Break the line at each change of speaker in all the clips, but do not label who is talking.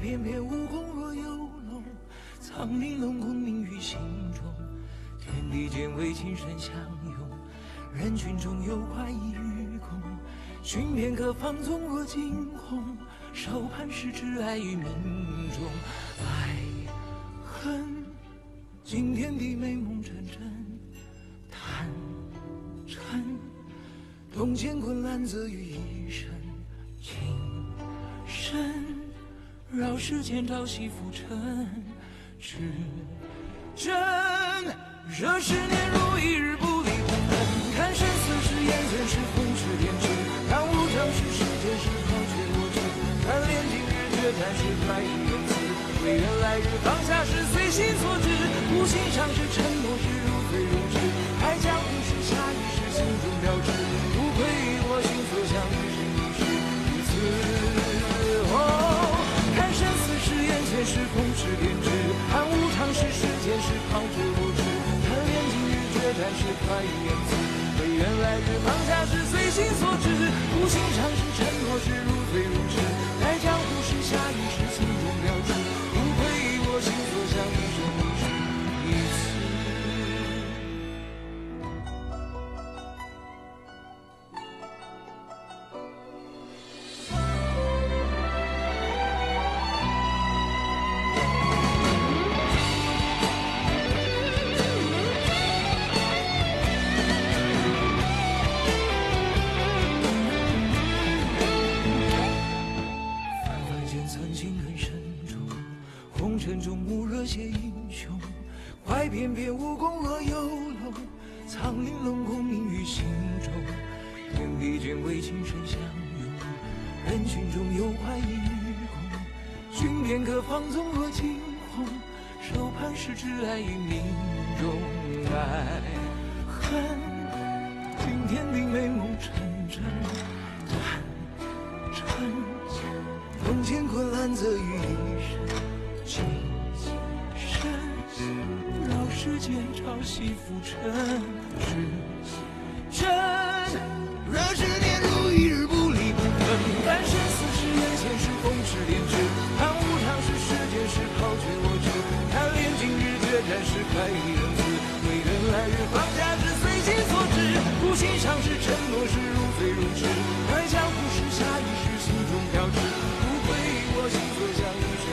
翩翩舞功若有龙，藏玲珑空明于心中。天地间为情深相拥，人群中有快意与共。寻片刻放纵若惊鸿，手攀十指爱与命中。爱恨惊天地，美梦成真，贪嗔动乾坤揽泽于一身，情深。绕世间朝夕浮沉，至真惹十年如一日，不离不分。看生死是眼前，是风是天痴，看无常是世间，是好觉我痴。看炼金日月，看是白衣仁慈，为缘来日方下是随心所至。无心上是沉默，是如醉如痴。海角不是侠义，是心中标志。不愧我心所向，一生一世如此。哦。看生死是眼前，是空是偏执；看无常是世间，是旁枝无枝；看炼金日决战是快意恩慈；为缘来日方下是随心所至；无心常是沉默，是如醉如痴；来江湖是侠义，是心中标志；不愧我心所向，一生一世一次。万箭三情很深重，红尘中无热血英雄，怀翩翩武功若有龙，藏玲珑空明于心中。天地间为情深相拥，人群中有快意与共，寻片刻放纵若惊鸿，手攀十指爱与命中爱恨，惊天地美梦成真，贪嗔。风乾坤揽泽于一身，情深绕世间朝夕浮沉，至真。若是年如一日不离不分，凡生死是缘前是风是莲池，看无常是世间是抛却我痴，看炼金日决战是快意恩慈，为缘来日方下是随心所至，无心上是沉默是如醉如痴，爱江湖是侠义是心中标志，不愧我心所向一生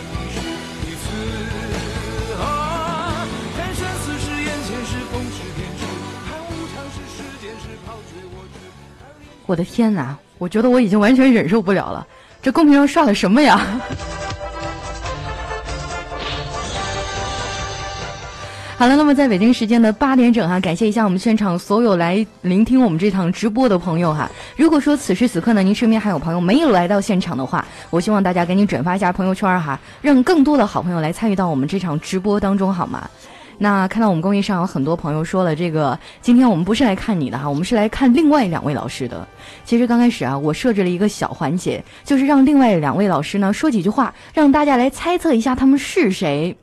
一世一次啊，看生死是眼前是风是偏执，看无常是世间是抛却我痴。看炼
我的天哪，我觉得我已经完全忍受不了了，这公屏上刷的什么呀？ 好了，那么在北京时间的八点整哈、感谢一下我们现场所有来聆听我们这场直播的朋友哈、如果说此时此刻呢，您身边还有朋友没有来到现场的话，我希望大家赶紧转发一下朋友圈哈、让更多的好朋友来参与到我们这场直播当中好吗？那看到我们公益上有很多朋友说了，这个今天我们不是来看你的哈，我们是来看另外两位老师的。其实刚开始啊，我设置了一个小环节，就是让另外两位老师呢说几句话，让大家来猜测一下他们是谁。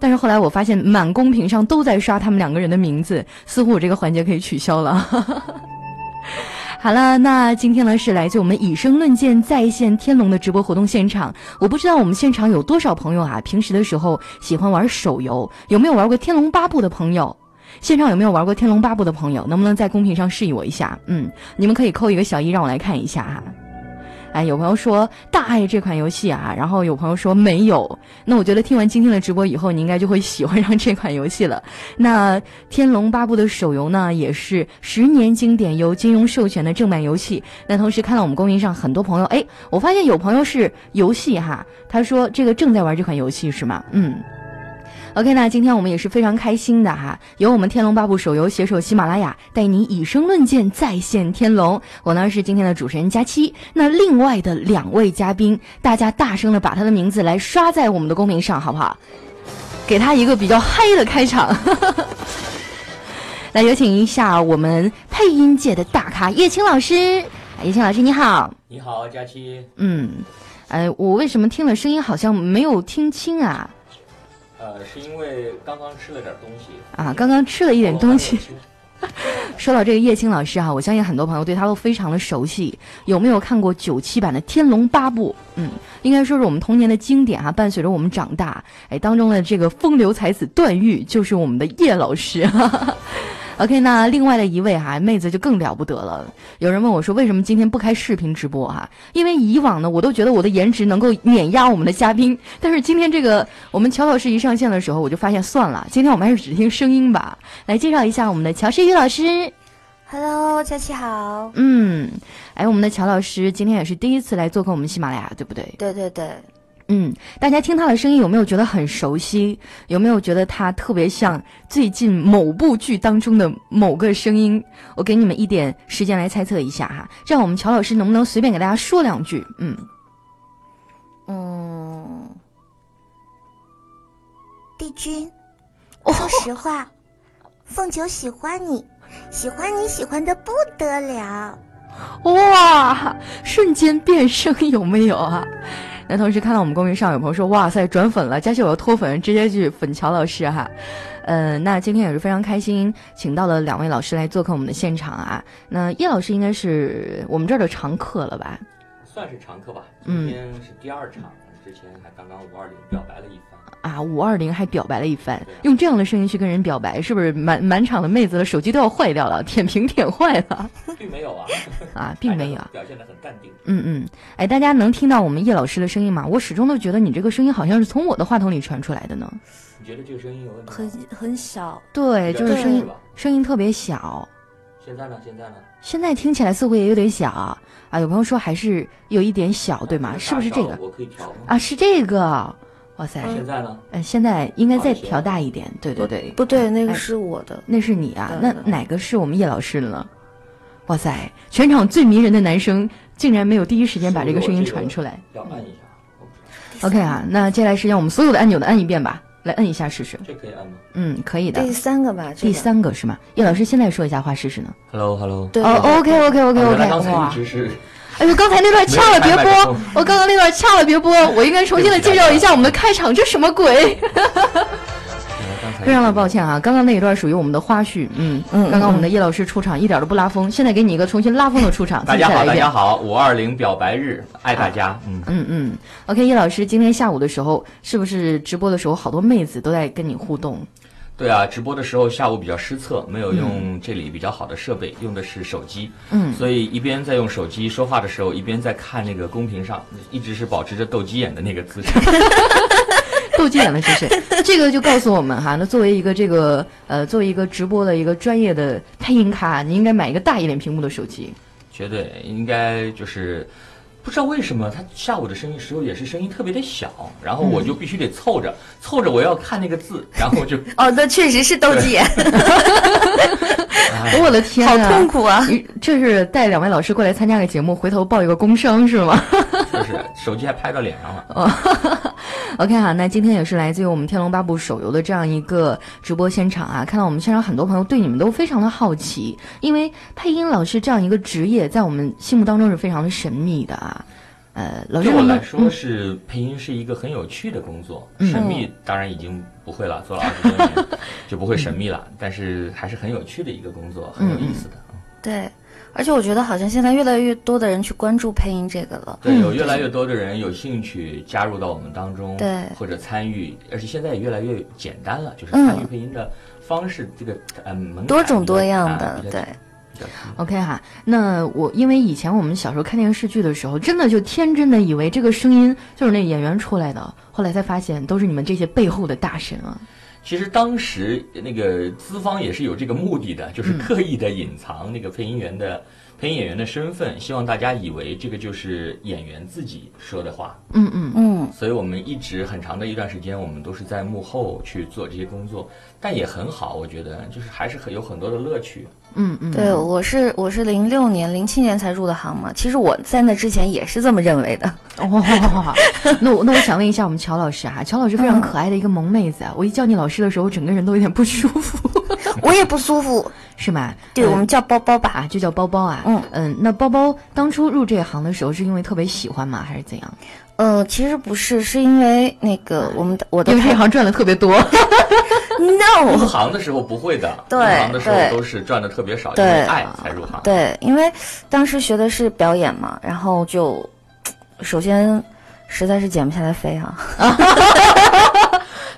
但是后来我发现满公屏上都在刷他们两个人的名字，似乎我这个环节可以取消了。 好了，那今天呢是来自我们以声论剑在线天龙的直播活动现场。我不知道我们现场有多少朋友啊，平时的时候喜欢玩手游，有没有玩过《天龙八部》的朋友？现场有没有玩过《天龙八部》的朋友？能不能在公屏上示意我一下？嗯，你们可以扣一个小一，让我来看一下哈。哎，有朋友说大爱这款游戏啊，然后有朋友说没有。那我觉得听完今天的直播以后，你应该就会喜欢上这款游戏了。那《天龙八部》的手游呢，也是十年经典，由金庸授权的正版游戏。那同时看到我们公屏上很多朋友，哎，我发现有朋友是游戏哈，他说这个正在玩这款游戏是吗？嗯。OK，那今天我们也是非常开心的哈，由我们《天龙八部》手游携手喜马拉雅，带你以声论剑，再现天龙。我呢是今天的主持人佳期，那另外的两位嘉宾，大家大声的把他的名字来刷在我们的公屏上，好不好？给他一个比较嗨的开场。 来有请一下我们配音界的大咖叶青老师，叶青老师你好，
你好，佳期。
嗯，哎，我为什么听了声音好像没有听清啊？
呃，是因为刚刚吃了点东西
啊，刚刚吃了一点东西。
然后还没有听
说到这个叶青老师哈、我相信很多朋友对他都非常的熟悉。有没有看过九七版的《天龙八部》？嗯，应该说是我们童年的经典哈、伴随着我们长大。哎，当中的这个风流才子段誉就是我们的叶老师。OK，那另外的一位哈、妹子就更了不得了。有人问我说，为什么今天不开视频直播哈、因为以往呢，我都觉得我的颜值能够碾压我们的嘉宾，但是今天这个我们乔老师一上线的时候，我就发现算了，今天我们还是只听声音吧。来介绍一下我们的乔诗雨老师。
Hello，佳琪好。
嗯，哎，我们的乔老师今天也是第一次来做客我们喜马拉雅，对不对？
对对对，
嗯，大家听他的声音有没有觉得很熟悉？有没有觉得他特别像最近某部剧当中的某个声音？我给你们一点时间来猜测一下哈，这样我们乔老师能不能随便给大家说两句？嗯，
嗯，帝君，说实话，凤九喜欢你，喜欢你喜欢的不得了。
哇，瞬间变声有没有啊？ 那同时看到我们公屏上有朋友说，哇塞，转粉了，佳琪我要脱粉，直接去粉乔老师哈。呃，那今天也是非常开心，请到了两位老师来做客我们的现场啊。那叶老师应该是我们这儿的常客了吧？
算是常客吧。
嗯
今天是第二场，之前还刚刚五二零表白了一番。
啊，五二零还表白了一番，用这样的声音去跟人表白，是不是满满场的妹子的手机都要坏掉了，舔屏舔坏了
并没有啊，
啊？ 并没有啊，
表现得很淡定。
嗯嗯，哎，大家能听到我们叶老师的声音吗？我始终都觉得你这个声音好像是从我的话筒里传出来的呢。
你觉得这个声音有问题吗？
很很小，
对，哎就是
比较
声音
是吧？
声音特别小，
现在呢？现在呢？
现在听起来似乎也有点小啊。有朋友说还是有一点小，对吗？
那
是不是
大
这
小
个
我可以调吗？
啊？是这个。哇塞，
现在呢？
嗯，现在应该再调大一点。对对对，
不对，那
哎
个是我的。
那是你啊，那
对对
哪个是我们叶老师的呢？哇塞，全场最迷人的男生竟然没有第一时间把这个声音传出来。
要按一下，我不知道
OK 啊，那接下来时间我们所有的按钮都按一遍吧，来按一下试试。
这可以按吗
嗯，可以的。
第三个吧，这
第
个
三个是吗？叶老师现在说一下话试试呢？
？Hello Hello。
对
哦，OK
嗯
OK OK
啊原
OK，
来刚才一
哇！
直是
哎呦，刚才那段掐了别
没有开麦克
播
风，
我刚刚那段掐了别播，我应该重新的介绍一下我们的开场，这什么鬼？非常的抱歉啊，刚刚那一段属于我们的花絮，嗯
嗯
刚刚我们
嗯
的叶老师出场一点都不拉风，现在给你一个重新拉风的出场，
大
自己
家
再来
好，
一
大
遍
家好，五二零表白日，爱大家。嗯，
嗯嗯，OK，叶老师，今天下午的时候，是不是直播的时候，好多妹子都在跟你互动？
对啊，直播的时候下午比较失策，没有用这里比较好的设备，用的是手机。
嗯
所以一边在用手机说话的时候，一边在看那个公屏上，一直是保持着斗鸡眼的那个姿势。
斗鸡眼了，是不是？这 个就告诉我们哈，那作为一个这个呃，作为一个直播的一个专业的配音咖，你应该买一个大一点屏幕的手机。
绝对应该就是。不知道为什么他下午的声音时候也是声音特别的小，然后我就必须得凑着、凑着我要看那个字，然后就
哦，那确实是斗鸡眼，
哎
我的天
好
啊！
痛苦啊！
你这是带两位老师过来参加个节目，回头报一个工伤是吗
就是手机还拍到脸上了。
？OK 哈，那今天也是来自于我们《天龙八部》手游的这样一个直播现场啊，看到我们现场很多朋友对你们都非常的好奇，因为配音老师这样一个职业，在我们心目当中是非常的神秘的啊。呃，老师
对我
能不能
来说
嗯
是配音是一个很有趣的工作，神秘当然已经不会了，做了二十多年就不会神秘 了，但是还是很有趣的一个工作，
嗯
很有意思的。
对，而且我觉得好像现在越来越多的人去关注配音这个了。
对，有越来越多的人有兴趣加入到我们当中，
嗯对
或者参与，而且现在也越来越简单了，就是
嗯
参与配音的方式，这个嗯门槛
多种多样
啊
的，
比较
对，
比较低
OK 哈，那我因为以前我们小时候看电视剧的时候，真的就天真的以为这个声音就是那演员出来的，后来才发现都是你们这些背后的大神啊。
其实当时那个资方也是有这个目的的，就是刻意的隐藏那个配音员的、配音演员的身份，希望大家以为这个就是演员自己说的话。
嗯嗯
嗯，
所以我们一直很长的一段时间，我们都是在幕后去做这些工作，但也很好，我觉得就是还是很有很多的乐 趣。
嗯嗯，
对，哦我是我是零六年、零七年才入的行嘛，其实我在那之前也是这么认为的。
哇哇哇哇！那我那我想问一下我们乔老师啊哈、乔老师非
嗯
常可爱的一个萌妹子啊，我一叫你老师的时候，整个人都有点不舒服，
我也不舒服。
是吗？
对，
嗯
我们叫包包吧，
啊就叫包包啊。
嗯
那包包当初入这行的时候是因为特别喜欢吗，还是怎样？
呃，其实不是，是因为那个我们的我的
因为
配
这行赚的特别多。
No，
入行的时候不会的，
对
入行的时候
对
都是赚的特别少，因
对
为爱才入行。
对，因为当时学的是表演嘛，然后就首先实在是减不下来肥啊。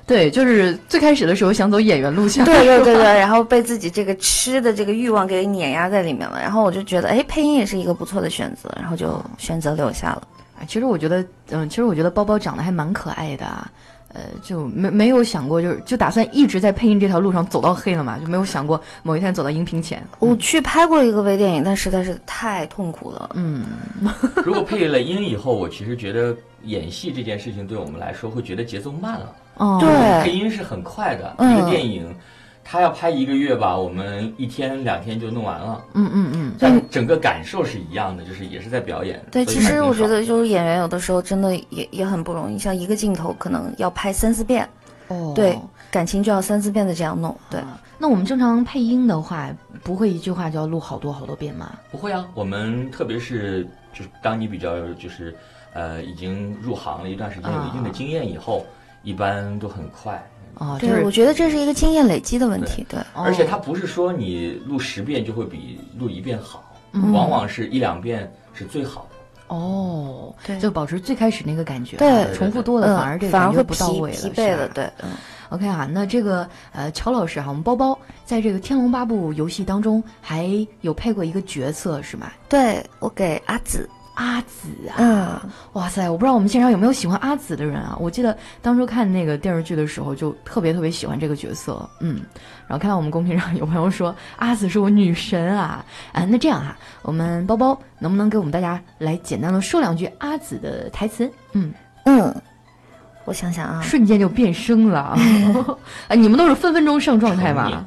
对，就是最开始的时候想走演员路 线，
对对对对，然后被自己这个吃的这个欲望给碾压在里面了。然后我就觉得，哎，配音也是一个不错的选择，然后就选择留下了。
哎其实我觉得，嗯，其实我觉得包包长得还蛮可爱的啊，呃，就没没有想过，就是就打算一直在配音这条路上走到黑了嘛，就没有想过某一天走到荧屏前。
我去拍过一个微电影，但实在是太痛苦了。
嗯
如果配了音以后，我其实觉得演戏这件事情对我们来说会觉得节奏慢了。
哦，
对
配音是很快的，
嗯
一个电影，它要拍一个月吧，我们一天两天就弄完了，
嗯嗯嗯，
但整个感受是一样的，就是也是在表演。
对，
所以
其
还
实
挺
我觉
好
得就是演员有的时候真的也也很不容易，像一个镜头可能要拍三四遍，
哦
对，感情就要三四遍的这样弄，对。
那我们正常配音的话，不会一句话就要录好多好多遍吗？
不会啊，我们特别是就是当你比较就是呃已经入行了一段时间，有一定的经验以后，一般都很快。
哦，就
对，
是
我觉得这是一个经验累积的问题。对，
哦
而且它不是说你录十遍就会比录一遍好，
嗯
往往是一两遍是最好的。
哦，
对
就保持最开始那个感觉啊，
对
重复多了
嗯
反而这个
反而
感觉
会
不
疲
到位
疲
是
惫
吧
了，对，嗯
OK 啊，那这个呃，乔老师哈，我们包包在这个《天龙八部》游戏当中还有配过一个角色是吗？
对我给阿紫，
阿紫啊，
嗯，
哇塞！我不知道我们现场有没有喜欢阿紫的人啊。我记得当初看那个电视剧的时候，就特别特别喜欢这个角色，嗯。然后看到我们公屏上有朋友说阿紫是我女神啊，啊，那这样哈、我们包包能不能给我们大家来简单的说两句阿紫的台词？嗯，
嗯，我想想啊，
瞬间就变声了啊！
嗯
啊，你们都是分分钟上状态
成瘾
吗？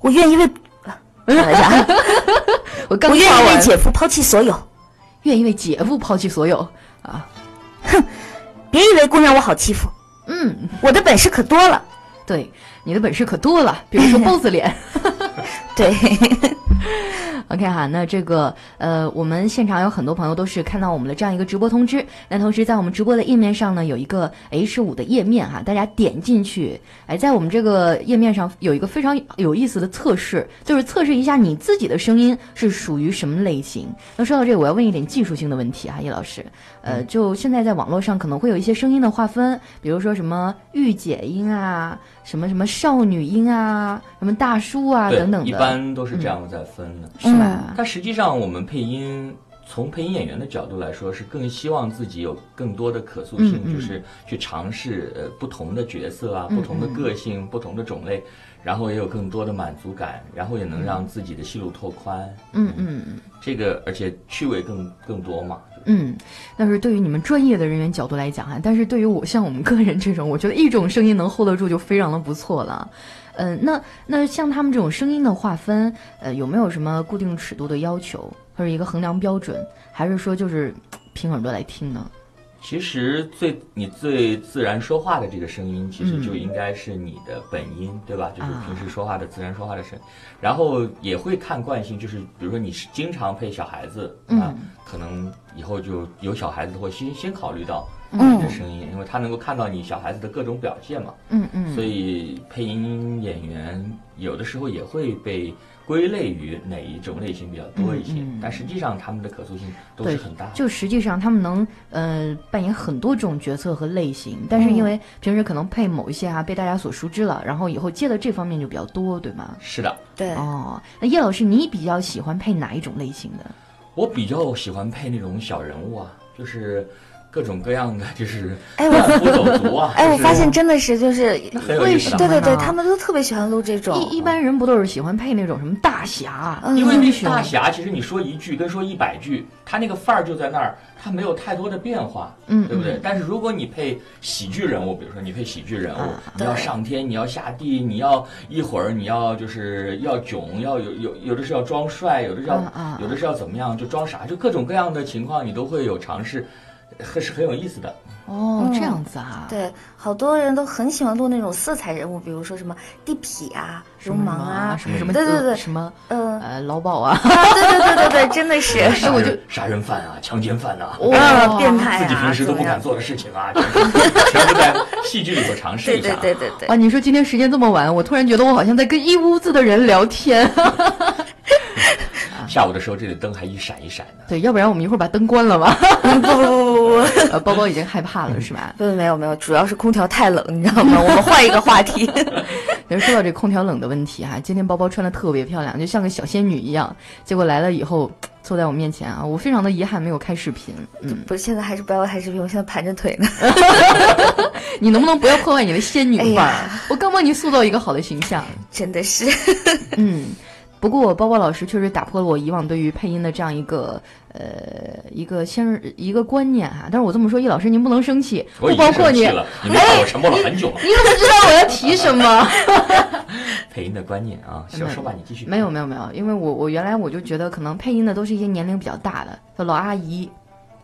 我愿 意为
呃等一下啊，
我刚
我愿
刷
意
完
为姐夫抛弃所有，
愿意为姐夫抛弃所有。
别以为姑娘我好欺负，
嗯，
我的本事可多了。
对，你的本事可多了，比如说 boss 脸。
对，
OK 哈，那这个呃，我们现场有很多朋友都是看到我们的这样一个直播通知。那同时在我们直播的页面上呢，有一个 H 五的页面哈，大家点进去，哎，在我们这个页面上有一个非常有意思的测试，就是测试一下你自己的声音是属于什么类型。那说到这个，我要问一点技术性的问题啊，叶老师，
嗯
呃，就现在在网络上可能会有一些声音的划分，比如说什么御姐音啊，什么什么少女音啊，什么大叔啊
对，
等等的，
一般都是
嗯
这样在分的。
是吧？
但实际上，我们配音从配音演员的角度来说，是更希望自己有更多的可塑性，
嗯嗯嗯
就是去尝试呃不同的角色啊、不同的个性、不同的种类，然后也有更多的满足感，然后也能让自己的戏路拓宽。
嗯嗯嗯
这个而且趣味更更多嘛。
嗯，但是对于你们专业的人员角度来讲啊，但是对于我像我们个人这种，我觉得一种声音能 hold 得住就非常的不错了。嗯、那那像他们这种声音的划分，呃，有没有什么固定尺度的要求，或者一个衡量标准，还是说就是凭耳朵来听呢？
其实最你最自然说话的这个声音，其实
嗯
就应该是你的本音，对吧？就是
啊
平时说话的自然说话的声音。然后也会看惯性，就是比如说你是经常配小孩子
嗯
啊，可能以后就有小孩子会先先考虑到
嗯
你的声音，因为他能够看到你小孩子的各种表现嘛。
嗯嗯
所以配音演员有的时候也会被归类于哪一种类型比较多一些，
嗯嗯
但实际上他们的可塑性都
对
是很大的。
就实际上他们能呃扮演很多种角色和类型，但是因为平时可能配某一些啊被大家所熟知了，然后以后接的这方面就比较多，对吗？
是的。
对，
哦，那叶老师，你比较喜欢配哪一种类型的？
我比较喜欢配那种小人物啊，就是各种各样的， 就是
哎我
贩夫走族啊。
哎，我
就是
发现真的是就是，
很有意思
为什么
对
的，
对对，
呢
他们都特别喜欢录这种
嗯一，一般人不都是喜欢配那种什么大侠、啊
嗯
因为
英
那
雄
大侠，其实你说一句跟说一百句，他那个范儿就在那儿，他没有太多的变化，
嗯
对不对？但是如果你配喜剧人物，比如说你配喜剧人物，
啊
你要上天，你要下地，你要一会儿你要就是要囧，要有有有的是要装帅，有的是要、
啊啊
有的是要怎么样，就装啥，就各种各样的情况你都会有尝试。很是很有意思的。
哦，
嗯
这样子啊，，
对，好多人都很喜欢录那种色彩人物，比如说什么地痞啊、
什
流
么
氓啊，
哎
什么什么
对对对，
什么
嗯，
呃劳保啊，
啊对对对对对，真 的是，
哎
杀人杀人犯啊，强奸犯啊，
嗯，变
哦
态
自己
啊，
平时都
怎么
不敢
样？
做的事情啊，全部全部在戏剧里头尝试
对
一下
对
啊。
对对对
哇，，你说今天时间这么晚，我突然觉得我好像在跟一屋子的人聊天。
下午的时候，这里灯还一闪一闪的。
对，要不然我们一会儿把灯关了吧。
不不不不不
呃，包包已经害怕了，是
嗯
吧？
不，没有没有，主要是空调太冷，你知道吗？我们换一个话题。
但哎是说到这空调冷的问题哈、今天包包穿的特别漂亮，就像个小仙女一样。结果来了以后，坐在我面前啊，我非常的遗憾没有开视频。嗯，
不是，现在还是不要拍视频，我现在盘着腿呢。
你能不能不要破坏你的仙女
哎
范
呀
儿？我刚帮你塑造一个好的形象。
真的是，
嗯，不过包包老师确实打破了我以往对于配音的这样一个呃一个先入一个观念哈、但是我这么说，易老师您不能生气，
我
不
已
包
经
括
生
你，哎你
气了，你们看我沉默了很久了。
怎么知道我要提什么？
配音的观念啊，
没
小
有
说吧，你继续。
没有没有没有，因为我我原来我就觉得可能配音的都是一些年龄比较大的，就老阿姨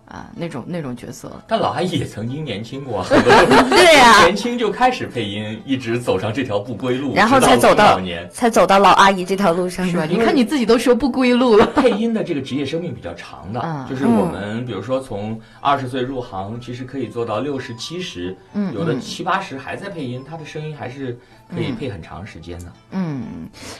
啊那种那种角色。
但老阿姨也曾经年轻过，很多 人
对呀、
啊
年轻就开始配音，一直走上这条不归路，
然后才
直
走
到
到
老年。
才走到老阿姨这条路上
是吧？
的。
你看你自己都说不归路了。
配音的这个职业生命比较长的，
嗯
就是我们比如说从二十岁入行，其实可以做到六十七十，
嗯
有的
嗯
七八十还在配音，他的声音还是可
嗯
以配很长时间的。
嗯，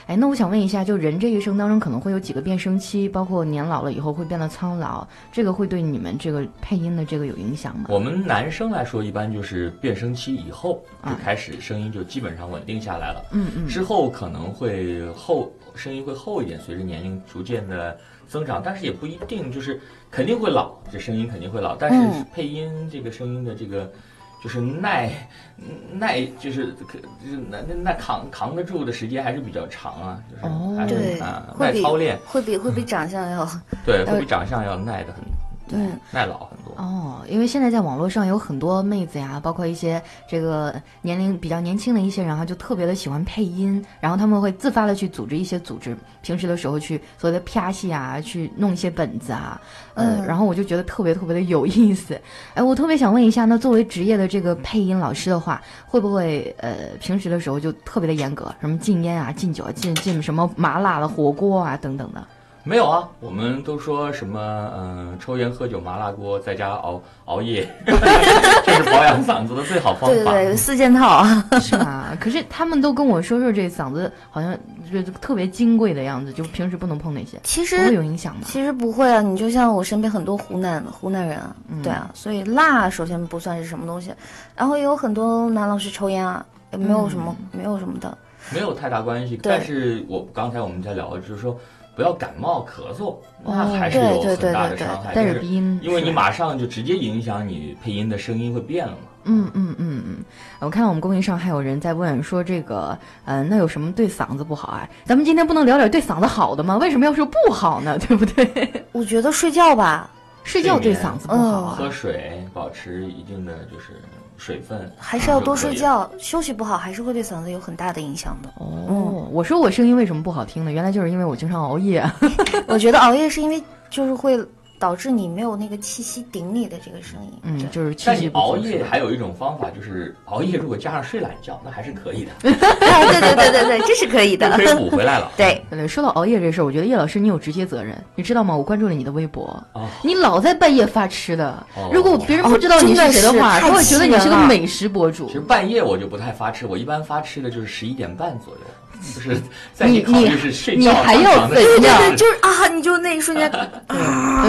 哎，那我想问一下，就人这一生当中可能会有几个变声期，包括年老了以后会变得苍老，这个会对你们这个配音的这个有影响吗？
我们男生来说，一般就是变声期以后就
嗯
开始声音就基本上稳定下来了，
嗯嗯
之后可能会厚，声音会厚一点，随着年龄逐渐的增长，但是也不一定就是肯定会老，这声音肯定会老，但是
嗯
配音这个声音的这个。就是耐耐，就是可就是那那那扛扛得住的时间还是比较长啊，就是
哦
还是
对
啊，
会
耐
比
操练，
会比会比长相要
嗯
对，会
呃
比长相要耐的很，
对
耐老很多。
哦，因为现在在网络上有很多妹子呀，包括一些这个年龄比较年轻的一些人啊，就特别的喜欢配音，然后他们会自发的去组织一些组织，平时的时候去所谓的啪戏啊，去弄一些本子啊，呃，
嗯
然后我就觉得特别特别的有意思。哎，我特别想问一下，那作为职业的这个配音老师的话，会不会呃平时的时候就特别的严格，什么禁烟啊、禁酒啊、禁禁什么麻辣的火锅啊等等的？
没有啊，我们都说什么嗯、呃抽烟、喝酒、麻辣锅，在家熬熬夜， 这是保养嗓子的最好方法。
对对对四件套啊，
是吗？可是他们都跟我说说这嗓子好像就就特别金贵的样子，就平时不能碰那些，
其
不会
实
有影响吗？
其实不会啊，你就像我身边很多湖南湖南人啊，
嗯
对啊，所以辣首先不算是什么东西，然后也有很多男老师抽烟啊，也没有什么、
嗯
没有什么的，
没有太大关系。
对
但是我刚才我们在聊，就是说不要感冒、咳嗽，那
哦
还是有
对
很
对
大的
对对
伤害。
带着
就是
鼻音，
因为你
是吧
马上就直接影响你配音的声音会变了嘛。
嗯嗯嗯嗯，我看到我们公屏上还有人在问说这个，嗯、那有什么对嗓子不好啊？咱们今天不能聊点对嗓子好的吗？为什么要说不好呢？对不 对？
我觉得睡觉吧，
睡觉对嗓子不好啊。
喝水，保持一定的就是水分，
还是要多
就可
睡
以了。
觉，休息不好还是会对嗓子有很大的影响的。
哦，我说我声音为什么不好听呢？原来就是因为我经常熬夜。
我觉得熬夜是因为就是会导致你没有那个气息顶你的这个声音。
嗯，
对
就是气
但
息
你
不足
熬夜
是吧
还有一种方法，就是熬夜如果加上睡懒觉，那还是可以的，
啊，对对对对对，这是可以
就
的
可。以补回来了。
对，
对对，说到熬夜这事儿，我觉得叶老师你有直接责任，你知道吗？我关注了你的微博，
哦
你老在半夜发吃的。
哦
如果别人不知道你是谁的话，
哦真的是
他会觉得你是个
太气人了
美食博主
其。实半夜我就不太发吃，我一般发吃的就是十一点半左右，就是在
你
考虑
你
是睡
你
觉
还
上
要
床的
怎
时候
样？
就是啊，你就那一 瞬间，
对，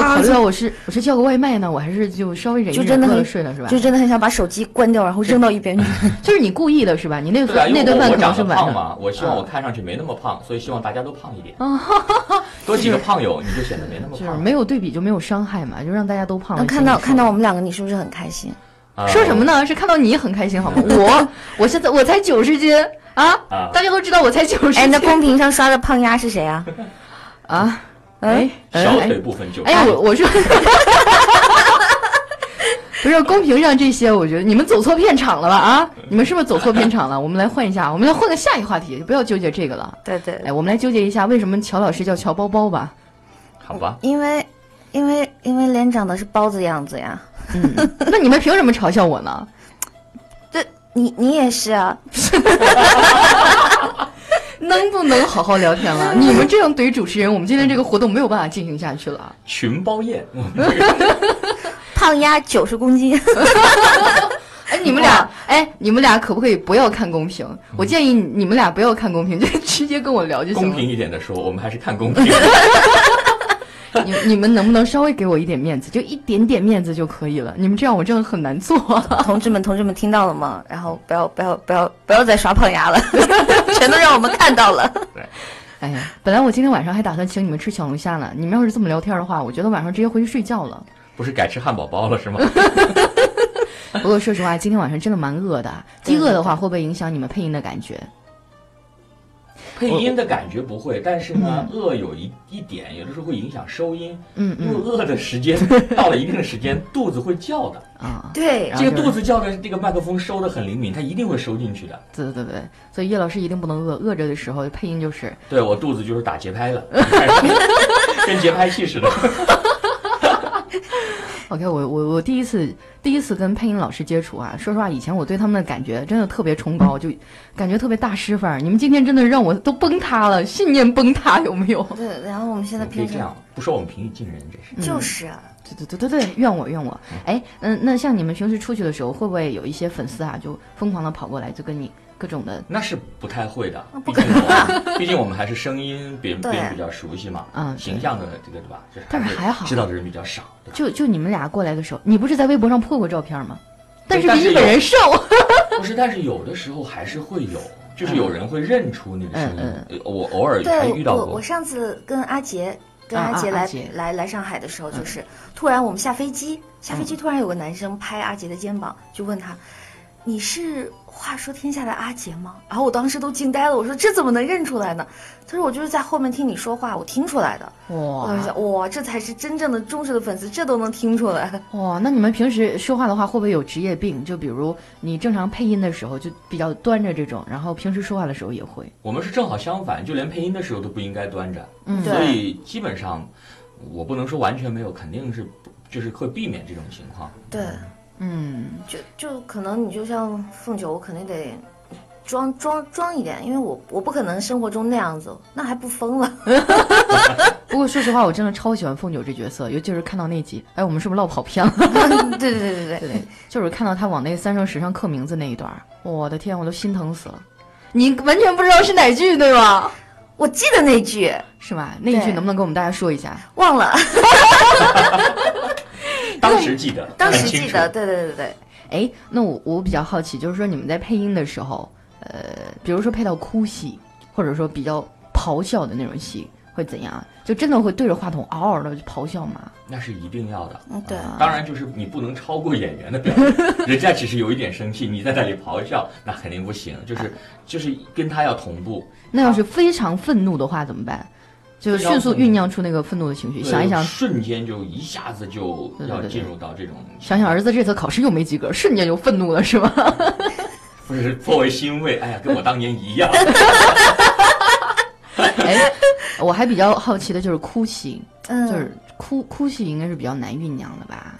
考虑到我是我是叫个外卖呢，我还是就稍微忍一
啊就
忍，
真的
饿了
很
睡了是吧？
就真的很想把手机关掉，然后扔到一边去。
就是你故意的是吧？你那个
对啊，因
那
为
顿
我
饭
我
可能
长
是
得
晚
胖
上。
嘛，我希望我看上去没那么胖，所以希望大家都胖一点，多几个胖友你就显得没那么
哦就是
胖。
没有对比就没有伤害嘛，就让大家都胖了。
能看到看到我们两个，你是不是很开心？
啊
说什么？呢？是看到你很开心好 吗？我我现在我才九十斤啊
啊，
大家都知道我才九十斤。
哎，那公屏上刷的胖丫是谁啊？嗯
啊，哎
我
哎
小腿部分就
哎呀，我 我说，不是公屏上这些，我觉得你们走错片场了吧？啊，你们是不是走错片场了？我们来换一下，我们来换个下一话题，不要纠结这个了。
对对，
哎，我们来纠结一下，为什么乔老师叫乔包包吧？
好吧，
因为。因为因为脸长得是包子样子呀。
那你们凭什么嘲笑我呢？
这你你也是啊，
能不能好好聊天了？你们这样怼主持人，我们今天这个活动没有办法进行下去了。
群包宴，
胖丫九十公斤，
哎，你们俩，哎，你们俩可不可以不要看公屏？我建议你们俩不要看公屏，就直接跟我聊就行
公
了。
平一点的说，我们还是看公平。
你你们能不能稍微给我一点面子，就一点点面子就可以了？你们这样我真的很难做。
同志们同志们听到了吗？然后不要不要不要不要再刷胖丫了， 全都让我们看到了。
哎呀，本来我今天晚上还打算请你们吃小龙虾呢。你们要是这么聊天的话，我觉得晚上直接回去睡觉了。
不是改吃汉堡包了是吗？
不过说实话，今天晚上真的蛮饿的。饥饿的话，会不会影响你们配音的感觉？
配音的感觉不会，但是呢，饿有一一点，有的时候会影响收音。
嗯
因为
嗯
饿的 时间到了一定的时间，肚子会叫的。
啊，
对
然后
这
就
个
是
肚子叫的，这个麦克风收的很灵敏，它一定会收进去的。
对对对，所以叶老师一定不能饿，饿着的时候配音就是
对我肚子就是打节拍的，跟节拍器似的。
OK，我我我第一次第一次跟配音老师接触啊，说实话，以前我对他们的感觉真的特别崇高，就感觉特别大师范儿。你们今天真的让我都崩塌了，信念崩塌，有没有？
对，然后我们现在
可以
平
这
时
样，嗯不说我们平易近人，真是。
就是啊
对对对对对，怨我怨我。哎，嗯，那像你们平时出去的时候，会不会有一些粉丝啊，就疯狂的跑过来，就跟你各种的
那是不太会的，毕竟我们毕竟我们还是声音别别
对
人比较熟悉嘛，
嗯对
形象的这个对吧？这
但是还好
知道的人比较少，对吧？
就就你们俩过来的时候，你不是在微博上破过照片吗？但是
但
比
是
你本
有
人瘦。
不是，但是有的时候还是会有，就是有人会认出那个声音
嗯，
呃我偶尔还
对
遇到
我
过
我。上次跟阿杰跟
啊
阿杰
啊
来、
阿杰
来来上海的时候，就是、突然我们下飞机，下飞机突然有个男生拍阿杰的肩膀，就问他：“你是话说天下的阿杰吗？”然后我当时都惊呆了，我说：“这怎么能认出来呢？”他说：“我就是在后面听你说话，我听出来的。”我当时
哇
想，哇，这才是真正的忠实的粉丝，这都能听出来。
哇，那你们平时说话的话，会不会有职业病？就比如你正常配音的时候就比较端着这种，然后平时说话的时候也会。
我们是正好相反，就连配音的时候都不应该端着，
嗯
所
对
以基本上我不能说完全没有，肯定是不就是会避免这种情况。
对，
嗯，
就就可能你就像凤九，我肯定得装装装一点，因为我我不可能生活中那样子，那还不疯了。
不过说实话，我真的超喜欢凤九这角色，尤其是看到那集，哎，我们是不是唠跑偏了？
对对对对对，
对，就是看到他往那三圣石上刻名字那一段儿，我的天，我都心疼死了。你完全不知道是哪句，对吧？
我记得那句
是吧？那一句
对
能不能跟我们大家说一下？
忘了，
当时记得，
当时
很清
记
楚
得，对对对对，
哎，那我我比较好奇，就是说你们在配音的时候，呃，比如说配到哭戏，或者说比较咆哮的那种戏，会怎样？就真的会对着话筒嗷嗷的咆哮吗？
那是一定要的。
嗯对
啊当然就是你不能超过演员的表演，人家只是有一点生气，你在那里咆哮，那肯定不行。
啊
就是就是跟他要同步，
那要是非常愤怒的话怎么办？就
非常
迅速
愤怒
酝酿出那个愤怒的情绪，
对
想一想，
呃瞬间就一下子就
对对
要
对对
进入到这种
想想儿子这次考试又没及格，瞬间就愤怒了，是吧？
不是颇为欣慰，哎呀，跟我当年 一样。
哎，我还比较好奇的就是哭戏，
嗯，
就是哭哭戏应该是比较难酝酿的吧？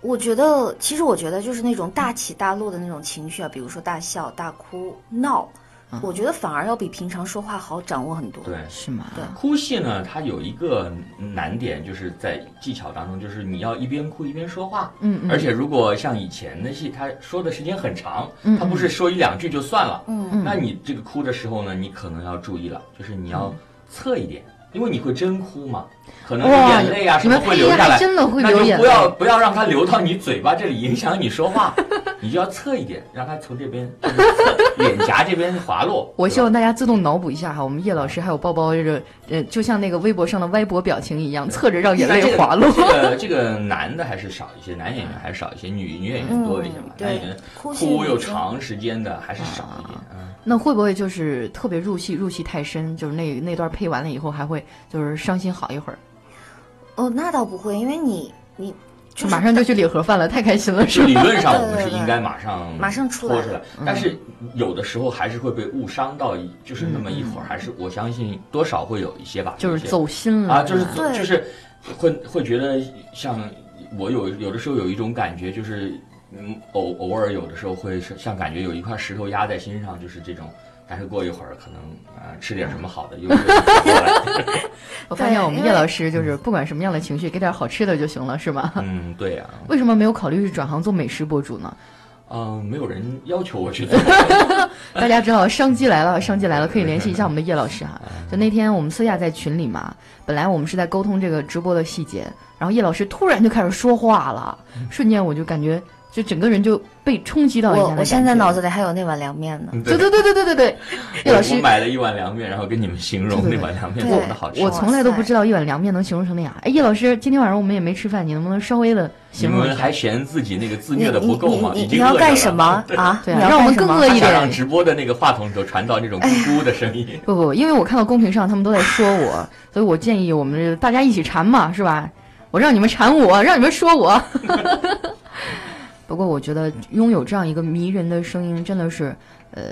我觉得，其实我觉得就是那种大起大落的那种情绪啊，比如说大笑、大哭、闹，
嗯
我觉得反而要比平常说话好掌握很多。
对，
是吗？
对
哭戏呢，它有一个难点，就是在技巧当中，就是你要一边哭一边说话。
嗯嗯
而且如果像以前的戏，他说的时间很长，
嗯
他不是说一两句就算了。
嗯，
那你这个哭的时候呢，你可能要注意了，就是你要侧一点，因为你会真哭嘛，可能是
哇
眼泪啊
你
什么
们
会
配
流
音
下
还
来，
真的会
那
流
就
眼
不要
泪。
不要让它流到你嘴巴这里，影响你 说话，你就要侧一点，让它从这边就是侧脸颊这边滑落。
我希望
对
大
吧
家自动脑补一下哈，我们叶老师还有包包这个，呃，就像那个微博上的歪脖表情一样，侧着让眼泪滑落。
哎 这个这个男的还是少一些，男演员还是少一些，女女演员多一些嘛
嗯。对
男演员
哭戏
哭又
女生
长时间的还是少一
啊
点。嗯，
那会不会就是特别入戏，入戏太深，就是那那段配完了以后还会就是伤心好一会儿，
哦，那倒不会，因为你你就是
马上就去领盒饭了，太开心了是
就
吧？
理论上我
对
们是
对对
应该马上
马上出来嗯
脱出来，但是有的时候还是会被误伤到一，
嗯
就是那么一会儿，还是我相信多少会有一些吧，
就
有
是
一些
走心了
啊，就是
嗯对
就是会会觉得像我有有的时候有一种感觉，就是嗯偶偶尔有的时候会是像感觉有一块石头压在心上，就是这种。但是过一会儿可能啊、呃吃点什么好的又又过来 了。
我发现我们
因
叶
为
老师就是不管什么样的情绪，给点好吃的就行了，是吗？
嗯，对呀、
为什么没有考虑转行做美食博主呢？
嗯、没有人要求我 去做。
大家知道商机来了，商机来了，可以联系一下我们的叶老师哈。就那天我们私下在群里嘛，本来我们是在沟通这个直播的细节，然后叶老师突然就开始说话了，瞬间我就感觉就整个人就被冲击到一下的
我
感觉。
我现在脑子里还有那碗凉面呢。
嗯
对对对对对对对，叶
我
老
我
师。
买了一碗凉面，然后跟你们形容
对对
那碗凉面
对
做的好吃。
我从来都
哇塞
不知道一碗凉面能形容成那样。哎，叶老师，今天晚上我们也没吃饭，你能不能稍微的
你
形容
们
一下？
还嫌自己那个自
你
虐的不够吗？
你
已
你你
经
要
饿着
干
了
什么？啊？
对
你
啊
要
让我们
干什
更
么
恶意
他
一
想
点
让直播的那个话筒里头传到那种咕咕的声音。
不不，因为我看到公屏上他们都在说我，所以我建议我们这大家一起馋嘛，是吧？我让你们馋我，让你们说我。不过我觉得拥有这样一个迷人的声音，真的是呃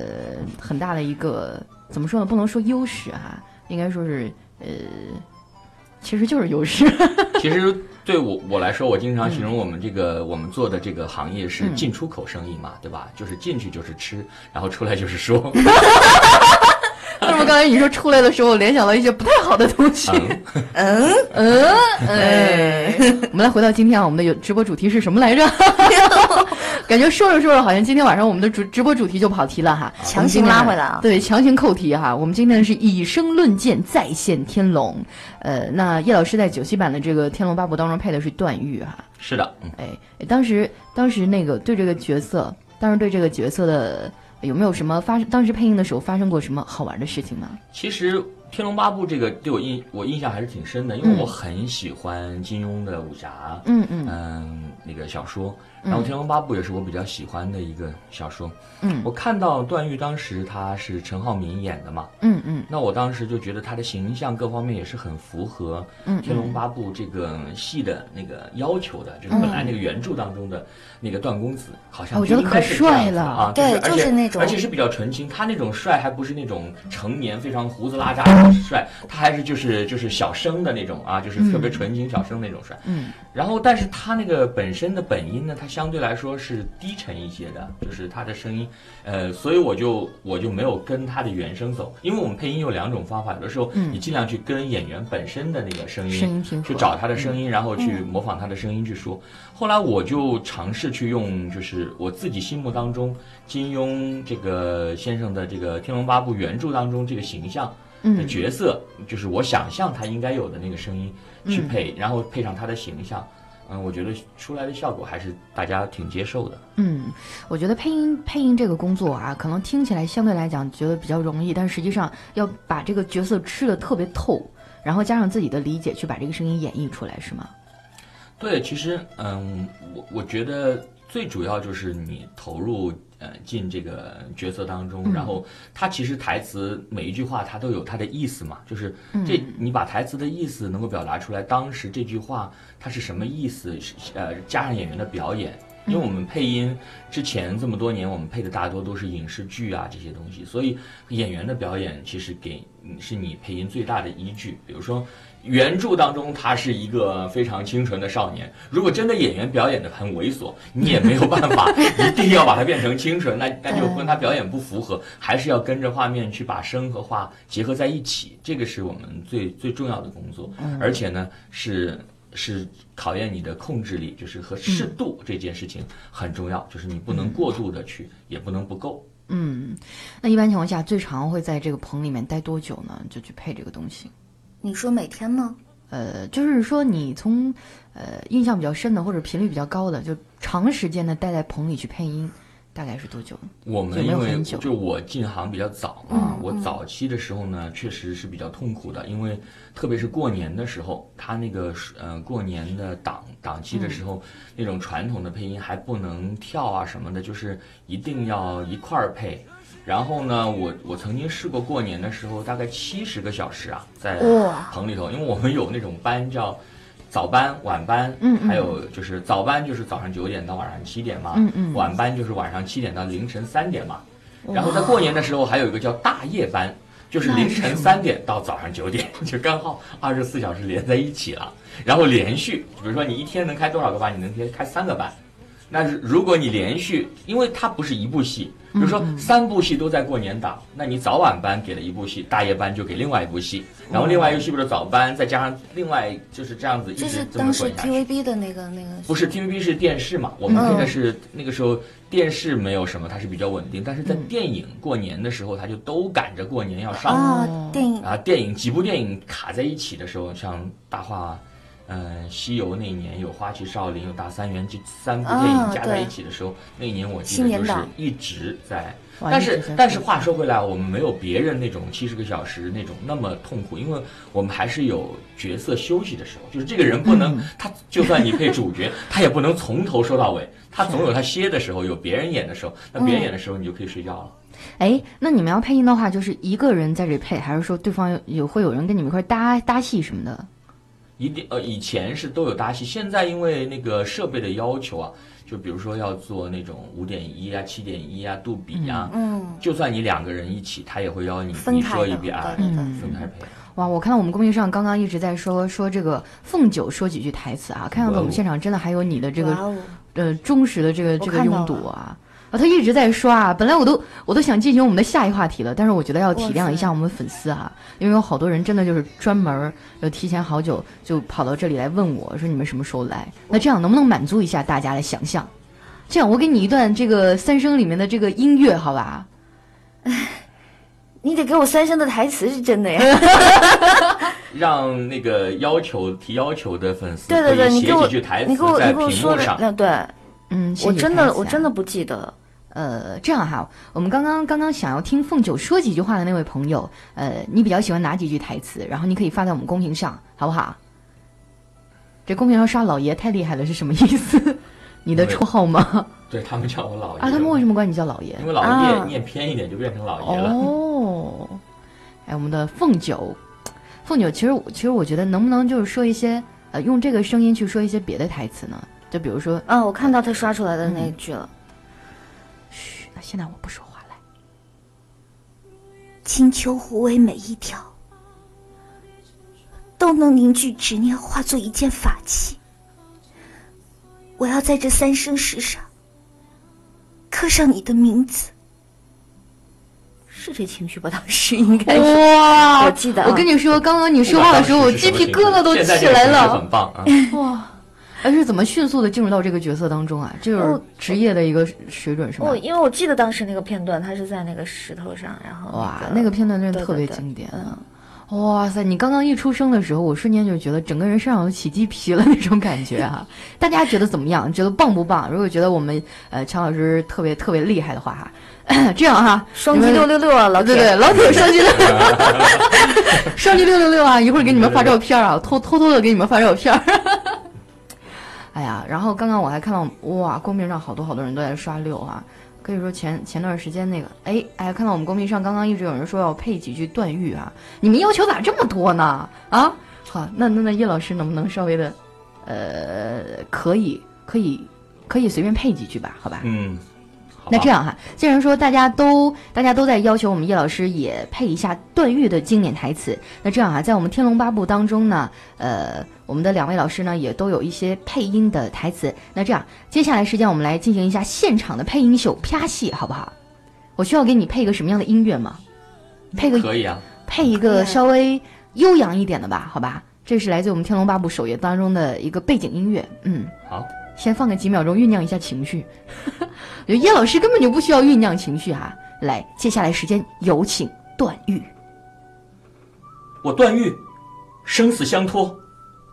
很大的一个怎么说呢？不能说优势哈、应该说是呃，其实就是优势。
其实对我我来说，我经常形容我们这个、我们做的这个行业是
嗯
进出口生意嘛，对吧？就是进去就是吃，然后出来就是说。
为什么刚才你说出来的时候，我联想到一些不太好的东西？
嗯，
嗯，哎， 我们来回到今天啊，我们的有直播主题是什么来 着？感觉说着说着，好像今天晚上我们的主直播主题就跑题了 哈，
强行拉回来啊
对，强行扣题哈。我们今天是以声论剑，再现天龙。呃，那叶老师在九七版的这个《天龙八部》当中配的是段誉哈，
是的，嗯，
哎，哎当时当时那个对这个角色，当时对这个角色的有没有什么发生？当时配音的时候发生过什么好玩的事情吗？
其实《天龙八部》这个对我印我印象还是挺深的，因为
嗯
我很喜欢金庸的武侠，
嗯嗯
嗯，那个小说，然后《天龙八部》也是我比较喜欢的一个小说。
嗯
我看到段誉当时他是陈浩民演的嘛，
嗯嗯
那我当时就觉得他的形象各方面也是很符合
嗯
《天龙八部》这个戏的那个要求的，就是本来那个原著当中的那个段公子，好
嗯
像
哦我觉得
就应
可
该是这样
帅
子
了
啊，
对
而
就是
且
那种
而且是比较纯情，他那种帅还不是那种成年非常胡子拉碴的帅，他还是就是就是小生的那种啊，就是特别纯情小生那种帅。
嗯
然后，但是他那个本身的本音呢，它相对来说是低沉一些的，就是他的声音，呃，所以我就我就没有跟他的原声走，因为我们配音有两种方法，有的时候
嗯
你尽量去跟演员本身的那个声音，
声音平
嗯去
和
找他的声音，然后去模仿他的声音去说。后来我就尝试去用，就是我自己心目当中金庸这个先生的这个《天龙八部》原著当中这个形象，的
嗯
角色，就是我想象他应该有的那个声音去配，然后配上他的形象，嗯，我觉得出来的效果还是大家挺接受的。
嗯，我觉得配音配音这个工作啊，可能听起来相对来讲觉得比较容易，但实际上要把这个角色吃的特别透，然后加上自己的理解去把这个声音演绎出来，是吗？
对，其实，嗯，我我觉得最主要就是你投入，呃，进这个角色当中，然后他其实台词每一句话它都有它的意思嘛，就是这你把台词的意思能够表达出来，当时这句话它是什么意思，是呃，加上演员的表演。因为我们配音之前这么多年，我们配的大多都是影视剧啊这些东西，所以演员的表演其实给嗯是你配音最大的依据。比如说原著当中他是一个非常清纯的少年，如果真的演员表演的很猥琐，你也没有办法，一定要把它变成清纯，那那就跟他表演不符合，还是要跟着画面去把声和画结合在一起，这个是我们最最重要的工作，而且呢是。是考验你的控制力，就是和适度这件事情很重要，就是你不能过度的去，也不能不够。
嗯，那一般情况下最长会在这个棚里面待多久呢？就去配这个东西？
你说每天吗？
呃，就是说你从呃印象比较深的或者频率比较高的，就长时间的待在棚里去配音，大概是多久呢？
我
有
们
没有
因为
很久嗯
就我进行比较早啊，我早期的时候呢，确实是比较痛苦的，因为特别是过年的时候，他那个呃过年的档档期的时
嗯
候，那种传统的配音还不能跳啊什么的，就是一定要一块儿配。然后呢，我我曾经试过过年的时候，大概七十个小时啊，在
哇
棚里头，因为我们有那种班叫早班、晚班，
嗯嗯
还有就是早班就是早上九点到晚上七点嘛，
嗯嗯
晚班就是晚上七点到凌晨三点嘛。然后在过年的时候还有一个叫大夜班，就是凌晨三点到早上九点， 就刚好二十四小时连在一起了。然后连续，比如说你一天能开多少个班，你能连开三个班。那是如果你连续，因为它不是一部戏，比
嗯
如说三部戏都在过年档，那你早晚班给了一部戏，大夜班就给另外一部戏，
哦
然后另外一部戏不是早班，再加上另外就是这样子一
这是
直这么
当时
滚下去。
TVB 的那个那个，
不是 TVB 是电视嘛，我
嗯
们配的是、那个时候电视没有什么，它是比较稳定，但是在
嗯
电影过年的时候，它就都赶着过年要上，
啊，
哦
电影
然后电影几部电影卡在一起的时候，像《大话》。嗯，西游那一年有《花旗少林》有《大三元》这三部电影
啊
加在
对
一起的时候，那一年我记
新
得就
年
是
档
一直在。
哇
但
一直
是
在
但是话说回来，我们没有别人那种七十个小时那种那么痛苦，因为我们还是有角色休息的时候，就是这个人不
嗯
能、他就算你配主 角，他也不能从头说到尾，他总有他歇的时候，有别人演的时候，那别人演的时候你就可以睡觉了。
哎，那你们要配音的话，就是一个人在这配，还是说对方有有会有人跟你们一块儿搭搭戏什么的？
一定呃，以前是都有搭戏，现在因为那个设备的要求啊，就比如说要做那种五点一啊、七点一啊、杜比啊，
嗯，
就算你两个人一起，他也会邀你
分
你
开
说
的
一遍啊，
对
嗯
嗯对对
分开配。
哇，我看到我们公屏上刚刚一直在说说这个凤九说几句台词啊，看样子我们现场真的还有你的这个
哇哦，
呃忠实的这个
我
这个
看到
拥堵啊。啊，他一直在刷啊！本来我都我都想进行我们的下一话题了，但是我觉得要体谅一下我们粉丝啊，因为有好多人真的就是专门儿呃提前好久就跑到这里来问我说你们什么时候来？那这样能不能满足一下大家的想象？这样我给你一段这个三生里面的这个音乐，好吧？
你得给我三生的台词是真的呀，
让那个要求提要求的粉丝
对对
可
对，
以
你
写
给我
几句台
你
词
给我
在
你给我
屏
说
幕
的
上，
那对
嗯，
我真的我
的。
真的不记得了，
呃，这样哈，我们刚刚刚刚想要听凤九说几句话的那位朋友，呃，你比较喜欢哪几句台词？然后你可以发在我们公屏上，好不好？这公屏上刷老爷太厉害了是什么意思？你的绰号吗？
对他们叫我姥爷
啊，他们为什
么？
么管你叫老爷
因？为姥爷
啊
念念偏一点就变成姥爷了。
哦，哎，我们的凤九，凤九，其实我其实我觉得能不能就是说一些呃，用这个声音去说一些别的台词呢？就比如说，
啊，我看到他刷出来的那
嗯
一句了，
嘘，那现在我不说话了。
青丘湖尾每一条，都能凝聚执念，化作一件法器。我要在这三生石上刻上你的名字。
是这情绪吧？当时应该是，
哇
哎
我记得啊
哎我跟你说，刚刚你说话的时候，我
不管当时
鸡
是什么
皮疙瘩都
情况
起来
现在这个形式
了。
很棒啊！
哇，而是怎么迅速的进入到这个角色当中啊？这就是
哦
职业的一个水准是吗
啊我？因为我记得当时那个片段，他是在那个石头上，然后
哇，那个片段真的
对
特别
对对
经典啊。哇塞！你刚刚一出生的时候，我瞬间就觉得整个人身上有起鸡皮了那种感觉啊！大家觉得怎么样？觉得棒不棒？如果觉得我们呃乔老师特别特别厉害的话哈， 这样哈、
双击六六六啊，老
对
铁，
对，老 铁双击六，双击六六六啊！一会儿给你们发照片啊，偷偷偷的给你们发照片。 哎呀，然后刚刚我还看到，哇，公屏上好多好多人都在刷六啊。可以说前前段时间那个，哎哎，看到我们公屏上刚刚一直有人说要配几句段誉啊，你们要求咋这么多呢？啊，好，那那那叶老师能不能稍微的，呃，可以可以可以随便配几句吧，好吧？
嗯，好吧
那这样哈，既然说大家都大家都在要求我们叶老师也配一下段誉的经典台词，那这样啊，在我们《天龙八部》当中呢，呃，我们的两位老师呢也都有一些配音的台词。那这样，接下来时间我们来进行一下现场的配音秀啪戏，好不好？我需要给你配一个什么样的音乐吗？配个
可以啊，
配一个稍微悠扬一点的吧，好吧？这是来自我们《天龙八部》首页当中的一个背景音乐，嗯。
好，
先放个几秒钟酝酿一下情绪。 我觉得叶老师根本就不需要酝酿情绪哈、啊来，接下来时间有请段誉。
我段誉，生死相托，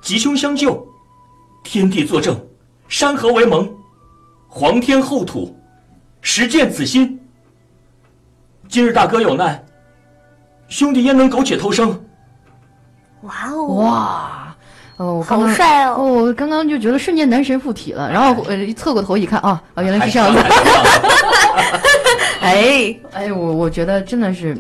吉凶相救，天地作证，山河为盟，皇天厚土，实践此心。今日大哥有难，兄弟焉能苟且偷生？
哇哦！
哇，哦，我刚
好
刚
帅哦！
我刚刚就觉得瞬间男神附体了，然后呃一侧过头一看啊啊，原来是这样子
还。还还 还
哎，
哎，我我觉得真的是，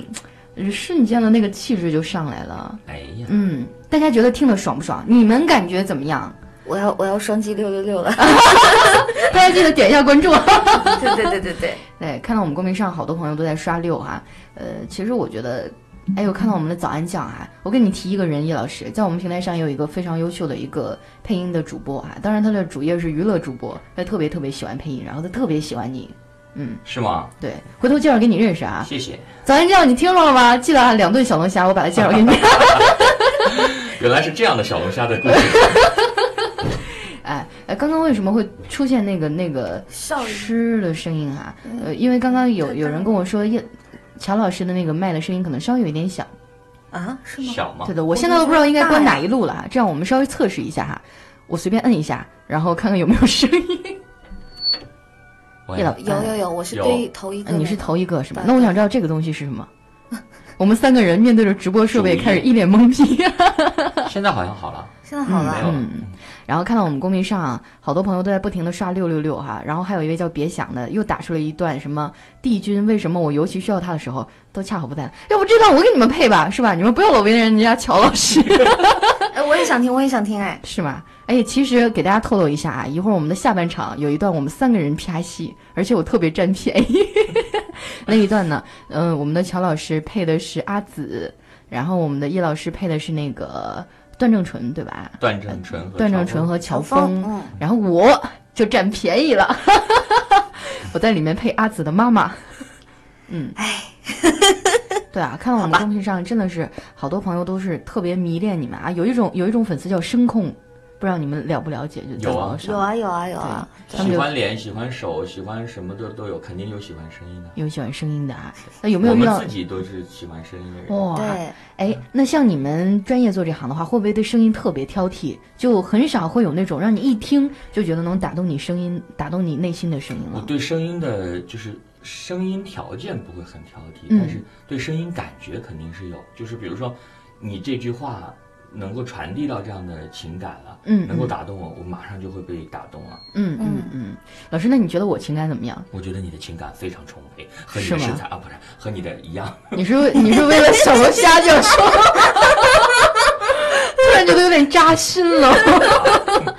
呃瞬间的那个气质就上来了。
哎呀，
嗯，大家觉得听了爽不爽？你们感觉怎么样？
我要我要双击六六六 了，
大家记得点一下关注。啊
对对对对对，
哎对，看到我们公屏上好多朋友都在刷六哈、呃，其实我觉得哎，我看到我们的早安酱啊，我跟你提一个人，叶老师，在我们平台上有一个非常优秀的一个配音的主播啊，当然他的主业是娱乐主播，他特别特别喜欢配音，然后他特别喜欢你，嗯，
是吗？
对，回头介绍给你认识啊。
谢谢，
早安酱，你听到了吗？记得啊，两顿小龙虾，我把它介绍给你。
原来是这样的小龙虾的故事。
哎，哎，刚刚为什么会出现那个那个
少爷
吃的声音啊？呃，因为刚刚有有人跟我说叶乔老师的那个麦的声音可能稍微有一点小。
啊，是吗？
小吗
对？的，我现在都不知道应该关哪一路了，这样我们稍微测试一下哈。我随便摁一下，然后看看有没有声音。
喂
叶老，
有有有，我是
有
对头一个
呃
那个，
你是头一个是吧？
对
那我想知道这个东西是什么。我们三个人面对着直播设备，
主意
开始一脸懵逼。嗯
现在好像好了，
现在 好
没
了，
有了。
然后看到我们公屏上啊好多朋友都在不停的刷六六六哈，然后还有一位叫别想的又打出了一段什么帝君为什么我尤其需要他的时候都恰好不在，要不这段我给你们配吧，是吧？你们不要老为难人家乔老师，嗯
哎，我也想听，我也想听，哎，
是吗？哎，其实给大家透露一下啊，一会儿我们的下半场有一段我们三个人啪戏，而且我特别占便宜。那一段呢，嗯、我们的乔老师配的是阿紫，然后我们的叶老师配的是那个段正淳，对吧？
段正淳，
段正淳，和乔峰
峰，，嗯，
然后我就占便宜了， 我在里面配阿紫的妈妈。
哎，
对啊，看到我们公屏上真的是好多朋友都是特别迷恋你们啊，有一种有一种粉丝叫声控，不知道你们了不了解？就在
有啊
网上
有啊有啊有啊，
对他们
喜
就
欢脸，喜欢手，喜欢什么的都有，肯定有喜欢声音的。
有喜欢声音的啊，那有没有
我
遇
们
到
自？己都是喜欢声音的人。
哇，
对，
哎，那像你们专业做这行的话，会不会对声音特别挑剔？就很少会有那种让你一听就觉得能打动你声音、打动你内心的声音
我
了。
对声音的，就是声音条件不会很挑剔，
嗯
但是对声音感觉肯定是有。就是比如说，你这句话能够传递到这样的情感了，
嗯
能够
嗯
打动我，我马上就会被打动了。
嗯嗯嗯，老师，那你觉得我情感怎么样？
我觉得你的情感非常充沛，和你
是
的
吗
身材啊，不是和你的一样。
你是为你是为了小龙虾就说，突然觉得有点扎心了。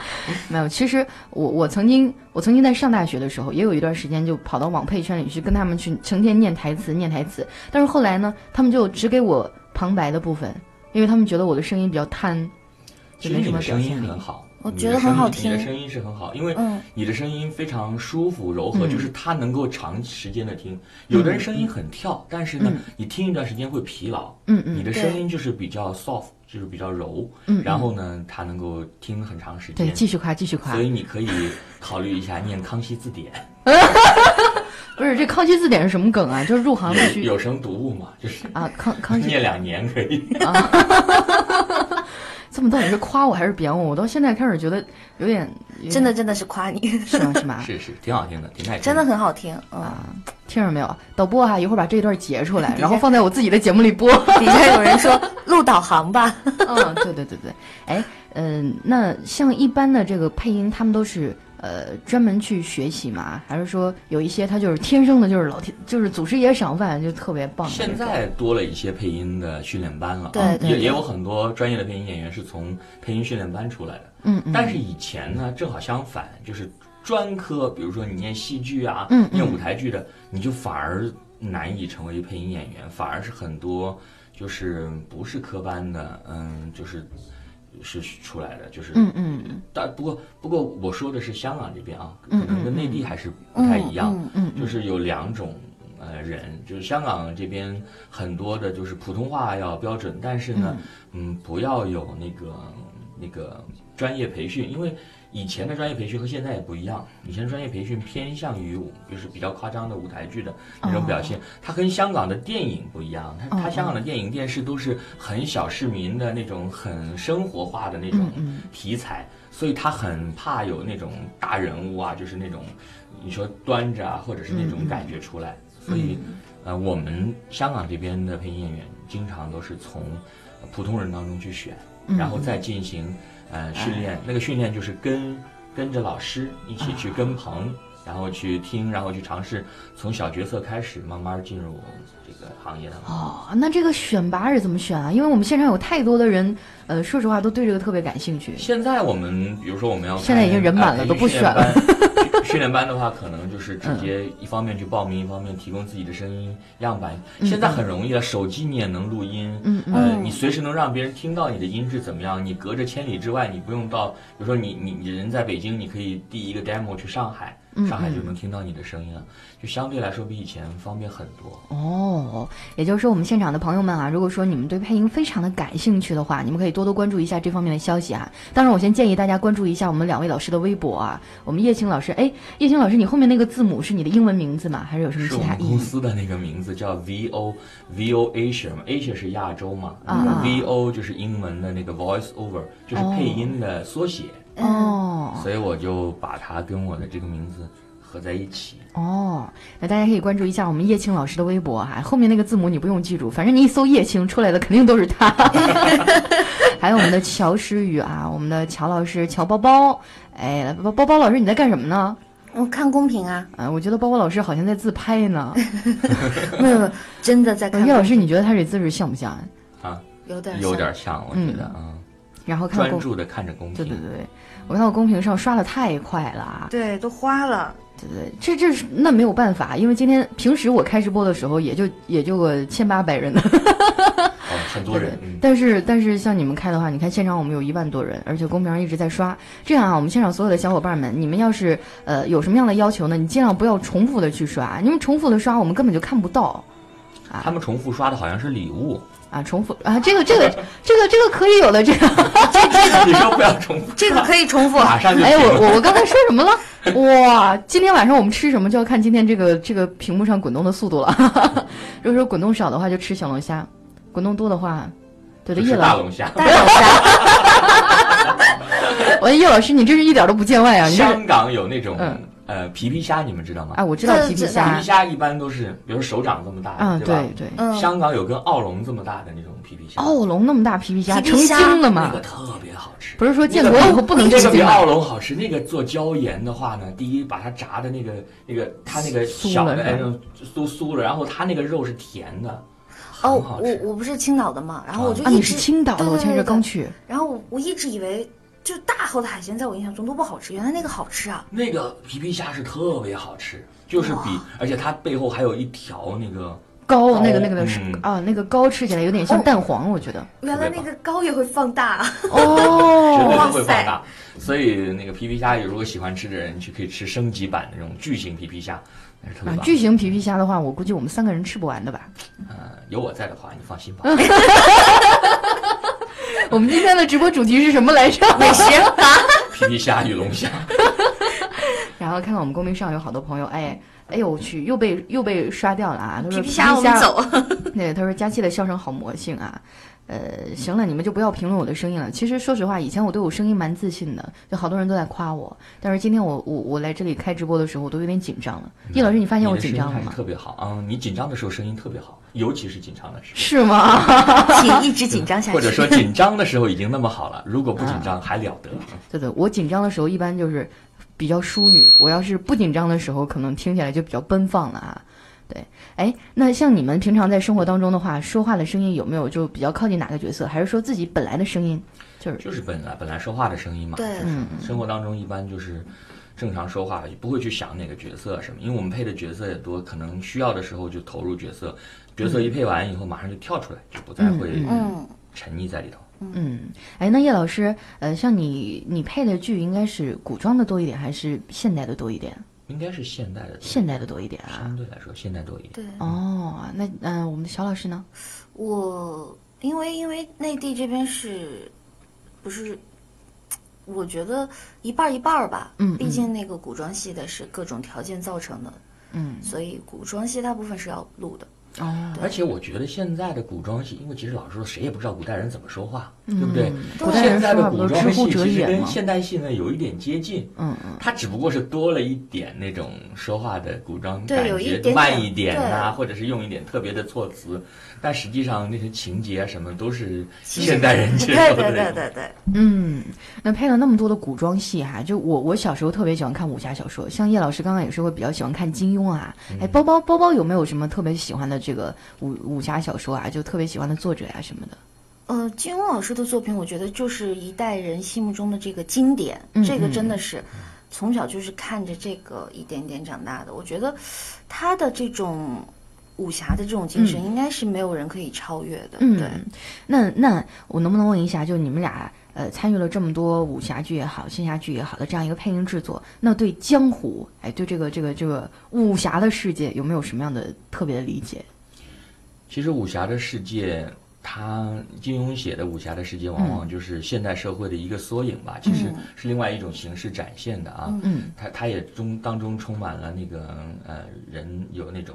没有，其实我我曾经我曾经在上大学的时候，也有一段时间就跑到网配圈里去跟他们去成天念台词念台词，但是后来呢，他们就只给我旁白的部分，因为他们觉得我的声音比较贪，
其
就没
实你
什么
的
表
声
现
音
力
很。好，
我
你
觉
的
得
声
很好
音你的
听
声音是很好，因为
嗯
你的声音非常舒服柔
嗯
和，就是它能够长时间的听。有的人声音很跳，但是呢，你听一段时间会疲劳。
嗯嗯
你的
对
声音就是比较 soft，就是比较柔。
嗯嗯
然后呢，它能够听很长时
对，
间。
继续夸，继续夸
所。以你可以考虑一下念《康熙字典
不是这康熙字典是什么梗啊？就是入行必》
有，
须
有声读物嘛，就是
啊，康康熙
念两年可以。
这么到底是夸我还是贬我？我到现在开始觉得有点
真
嗯
的真的是夸你，
是吗？是吗？
是是，挺好听的，挺耐听。
真的很好听，嗯，
啊
听着没有，导播啊，一会儿把这一段截出来，然后放在我自己的节目 里播。
底下有人说录导航吧，
嗯，对对对对，哎，嗯、那像一般的这个配音，他们都是呃专门去学习吗？还是说有一些他就是天生的，就是老天，就是祖师爷赏饭，就特别棒的那
现
种？
在多了一些配音的训练班了啊，
对对
也
对
也有很多专业的配音演员是从配音训练班出来的。
嗯嗯
但是以前呢，正好相反，就是专科，比如说你念戏剧啊，
嗯嗯
念舞台剧的，你就反而难以成为配音演员，反而是很多就是不是科班的，嗯，就是。是出来的，就是，
嗯嗯
但不过不过我说的是香港这边啊，可
嗯
能
嗯
跟内地还是 不太一样。
嗯
嗯
就
嗯
是有两种呃人，就是香港这边很多的就是普通话要标准，但是呢，嗯，不要有那个那个专业培训，因为以前的专业培训和现在也不一样，以前专业培训偏向于就是比较夸张的舞台剧的那种表现，
哦
它跟香港的电影不一样，它它香港的电影电视都是很小市民的那种很生活化的那种
嗯
题材，所以他很怕有那种大人物啊，就是那种你说端着啊，或者是那种感觉出来。所以，呃，我们香港这边的配音演员经常都是从呃普通人当中去选，
嗯
然后再进行呃训练。那个训练就是跟跟着老师一起去跟棚，然后去听，然后去尝试从小角色开始，慢慢进入这个行业当中。
哦，那这个选拔是怎么选啊？因为我们现场有太多的人，呃，说实话都对这个特别感兴趣。
现在我们，比如说我们要
现在已经人满了
呃
都不选了嗯
培训训练班 训练班的话，可能就是直接一方面去报名，一方面提供自己的声音样板。现在很容易了，手机你也能录音，
嗯
呃，你随时能让别人听到你的音质怎么样。你隔着千里之外，你不用到，比如说你你你人在北京，你可以递一个 demo 去上海，
嗯
上海就能听到你的声音了，就相对来说比以前方便很多。
哦，也就是说，我们现场的朋友们啊，如果说你们对配音非常的感兴趣的话，你们可以多多关注一下这方面的消息啊。当然，我先建议大家关注一下我们两位老师的微博啊。我们叶青老师，哎，叶青老师，你后面那个字母是你的英文名字吗？还是有什么
是
其
我
他
们
意
公
义？
司的那个名字叫 V O V O Asia 嘛，Asia 是亚洲嘛、
啊
v O 就是英文的那个 Voice Over，就是配音的缩写，
哦
所以我就把它跟我的这个名字合在一起。
哦，那大家可以关注一下我们叶青老师的微博哈、后面那个字母你不用记住，反正你一搜叶青出来的肯定都是他。 还有我们的乔诗雨啊，我们的乔老师乔包包，哎，包包包老师你在干什么呢？
我看公屏啊，
啊，我觉得包包老师好像在自拍呢。
没有，没有真的在看公
叶
屏。
老师，你觉得他这姿势像不像？
啊，
有点
有
像
点像，我觉得啊、
然后嗯看
专
公，
注的看着公
对
屏
对，对，我看我公屏上刷的太快了啊！
对，都花了。
对对，这这是那没有办法，因为今天平时我开直播的时候也就也就个千八百人的，
哦，很多人，嗯，
但是但是像你们开的话，你看现场我们有一万多人，而且公屏上一直在刷。这样啊，我们现场所有的小伙伴们，你们要是呃有什么样的要求呢？你尽量不要重复的去刷，因为重复的刷我们根本就看不到。
他们重复刷的好像是礼 物，
啊，重复啊，这个这个这个这个可以有的，这 个，
你说不要重复，
这个可以重复，啊
马上就
哎，
停
我我我刚才说什么了？哇，今天晚上我们吃什么就要看今天这个这个屏幕上滚动的速度了。 如果说滚动少的话，就吃小龙虾；滚动多的话，对的，
就
叶
是大
老，
龙虾，
大 小虾，
我哎叶老师，你真是一点都不见外啊！你这是，
香港有那种、
嗯
呃皮皮虾，你们知道吗？
哎，我知道
这
皮皮
这
皮
虾
皮，虾一般都是，比如手掌这么大的，
啊，
吧？
对对，
嗯，
香港有跟澳龙这么大的那种皮皮虾，
澳龙那么大皮皮虾，
皮
成
皮虾
精了
那
嘛
个？特别好吃。
不是说建国以后不能
这
吃
个比
精
澳
吗？
龙好吃。那个做椒盐的话呢，第一把它炸的那个那个它那个
酥
小
了
的
是吧
那种都酥了，然后它那个肉是甜的，
哦，
很好
我
吃。
我不是青岛的嘛，然后我就
啊，
一
你
直
是青岛
对
的，我
对
前
对
阵刚
对
去，
然后我我一直以为就大口的海鲜在我印象中都不好吃，原来那个好吃啊！
那个皮皮虾是特别好吃，就是比而且它背后还有一条那个
膏
膏
那个那个是
嗯
啊，那个膏吃起来有点像
哦
蛋黄，我觉得。
原来那个膏也会放大，啊
哦
绝对
哇
都会放
塞
大。所以那个皮皮虾，如果喜欢吃的人去可以吃升级版的那种巨型皮皮虾，那是特
啊，
别棒。
巨型皮皮虾的话，我估计我们三个人吃不完的吧。
呃，有我在的话，你放心吧。
我们今天的直播主题是什么来着？
美食。
皮皮虾与龙虾，
然后看看我们公屏上有好多朋友，哎，哎呦我去，又被又被刷掉了啊！他说
皮皮虾，我 们。走。
对，他说佳期的笑声好魔性啊。呃，行了，你们就不要评论我的声音了。其实说实话，以前我对我声音蛮自信的，就好多人都在夸我。但是今天我我我来这里开直播的时候，我都有点紧张了。叶老师，你发现我
嗯你的声
紧
音
张了
还是
吗？
特别好啊、嗯！你紧张的时候声音特别好，尤其是紧张的时候，
是吗？
请一直紧张下去。
或者说紧张的时候已经那么好了，如果不紧
嗯
张还了得？啊
对对，我紧张的时候一般就是比较淑女，我要是不紧张的时候，可能听起来就比较奔放了啊。对，哎，那像你们平常在生活当中的话，说话的声音有没有就比较靠近哪个角色，还是说自己本来的声音？就是嗯
就是本来本来说话的声音嘛。
对
就是生活当中一般就是正常说话，不会去想哪个角色什么，因为我们配的角色也多，可能需要的时候就投入角色，角色一配完以后马上就跳出来，就不再会
嗯，
沉溺在里头。
嗯，哎，那叶老师，呃，像你你配的剧应该是古装的多一点，还是现代的多一点？
应该是现代的，
现代的多一点啊
相。对来说现代多一点。
对
哦，那嗯、呃我们的小老师呢？
我，因为因为内地这边是，不是，我觉得一半儿一半儿吧。
嗯
毕竟那个古装戏的是各种条件造成的，
嗯，
所以古装戏大部分是要录的。
哦，
而且我觉得现在的古装戏，因为其实老实说，谁也不知道古代人怎么说话，对不
嗯
对？
古代人
现在
说话不
的古
都
装
知乎
戏
者
其实
也
跟
吗？
现代戏呢有一点接近，
嗯嗯。
它只不过是多了一点那种说话的古装
对
感
有一
觉，
点点
慢一点呐、
对
或者是用一点特别的措辞，但实际上那些情节啊什么都是
实
现代 人接
对
受的
对
那
对
种。
对对，
嗯，那配了那么多的古装戏哈、就我我小时候特别喜欢看武侠小说，像叶老师刚刚也说会比较喜欢看金庸啊。
嗯
哎，包包包包有没有什么特别喜欢的这个武武侠小说啊？就特别喜欢的作者呀、什么的？
呃，金庸
嗯
老师的作品，我觉得就是一代人心目中的这个经典，这个真的是。从小就是看着这个一点点长大的。我觉得他的这种武侠的这种精神，应该是没有人可以超越的。对，
嗯，那那我能不能问一下，就你们俩呃参与了这么多武侠剧也好、仙侠剧也好的这样一个配音制作，那对江湖，哎，对这个这个这个武侠的世界有没有什么样的特别的理解？
其实武侠的世界，它金庸写的武侠的世界，往
嗯
往就是现代社会的一个缩影吧，其实是另外一种形式展现的啊。
嗯，
它它也中当中充满了那个呃人有那种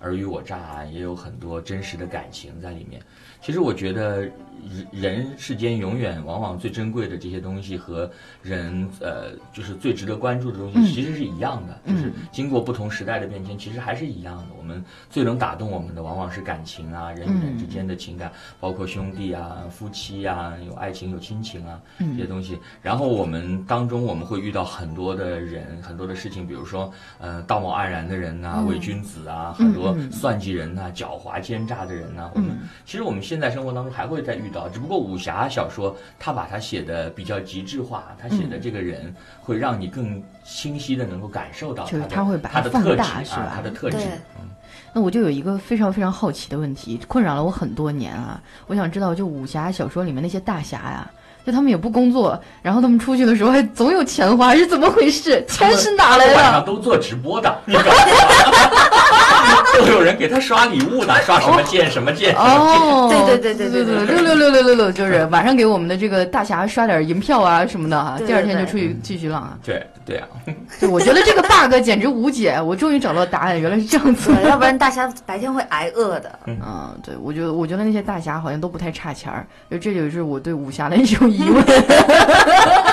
尔虞我诈啊，也有很多真实的感情在里面。其实我觉得人人世间永远往往最珍贵的这些东西和人呃就是最值得关注的东西其实是一样的，就是经过不同时代的变迁，其实还是一样的。我们最能打动我们的往往是感情啊，人与人之间的情感，包括兄弟啊、夫妻啊，有爱情有亲情啊这
嗯
些东西。然后我们当中我们会遇到很多的人，很多的事情，比如说呃道貌岸然的人呐、
嗯
伪君子啊，很多算计人呐、狡猾奸诈的人呐、我
嗯
们其实我们现在生活当中还会再遇到，只不过武侠小说它把它写的比较极致化，它
嗯
写的这个人会让你更清晰的能够感受到
就是
他的
它会把它
他的
放
特质
大是吧
啊，他的特质
对。
那我就有一个非常非常好奇的问题，困扰了我很多年啊。我想知道，就武侠小说里面那些大侠呀、就他们也不工作，然后他们出去的时候还总有钱花，是怎么回事？钱是哪来
晚 上
的？
都做直播的，你搞什么 都有人给他刷礼物呢，刷 什么剑什么剑什么剑。
哦，
对对对
对
对
对，
对
六六六六六六，就是晚上给我们的这个大侠刷点银票啊什么的啊，
对对
第二天就
对
出去继续浪啊。
对对啊，
对，我觉得这个 bug 简直无解，我终于找到答案，原来是这样子。
对，要不然大侠白天会挨饿的。
嗯，对，我觉得我觉得那些大侠好像都不太差钱儿，就这就是我对武侠的一种疑问。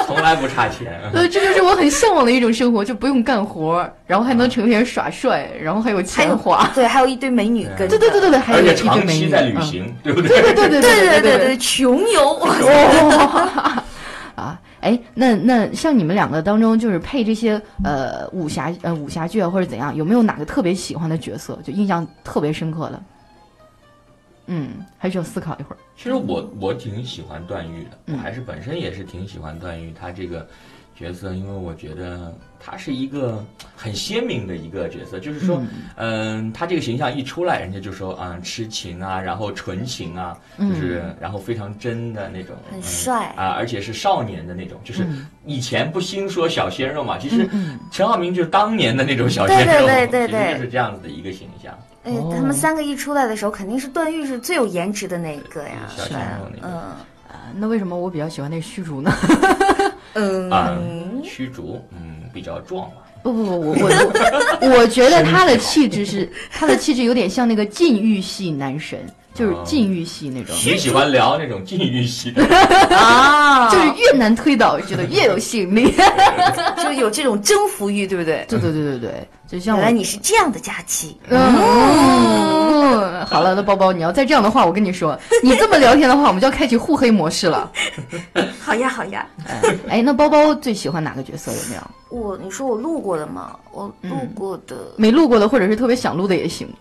从来不差钱。
呃，这就是我很向往的一种生活，就不用干活儿，然后还
啊
能成天耍帅，然后还有
还有
钱花。
对，还有一堆美女跟
对对对对对，还有
而
一
且
堆
长
美
期
女
在旅
嗯
行，对不对？
对对对对对
对对对，穷游，
啊，哎，那那像你们两个当中，就是配这些呃武侠呃武侠剧啊，或者怎样，有没有哪个特别喜欢的角色，就印象特别深刻的？嗯，还需要思考一会儿。
其实我我挺喜欢段誉的，
嗯
我还是本身也是挺喜欢段誉他这个角色，因为我觉得他是一个很鲜明的一个角色，就是说，嗯，他这个形象一出来，人家就说，嗯，痴情啊，然后纯情啊，
嗯
就是、然后非常真的那种，
很
嗯
帅
啊，而且是少年的那种，就是
嗯
以前不兴说小鲜肉嘛，其实陈浩民就是当年的那种小鲜肉，
对对对对对
其实就是这样子的一个形象，
哎，他
哦
们三个一出来的时候，肯定是段誉是最有颜值的那一个呀，
小鲜肉那个，
嗯
啊那为什么我比较喜欢那虚竹呢？
啊
嗯，，
虚竹，嗯，比较壮嘛。
不不不，我我 我我觉得他的气质是他的气质有点像那个禁欲系男神，就是禁欲系那种，
你喜欢聊那种禁欲系的，
啊，
就是越难推倒，觉得越有吸引 力。
就有这种征服欲，对不对？
对对对对对，就像
原来
我。嗯
你是这样的佳期，
嗯，好了，那包包，你要再这样的话，我跟你 说，你这么聊天的话，我们就要开启互黑模式了。
好呀好呀。
哎，那包包最喜欢哪个角色？有没有
我你说我录过的吗？我录
嗯
过的，
没录过的，或者是特别想录的也行？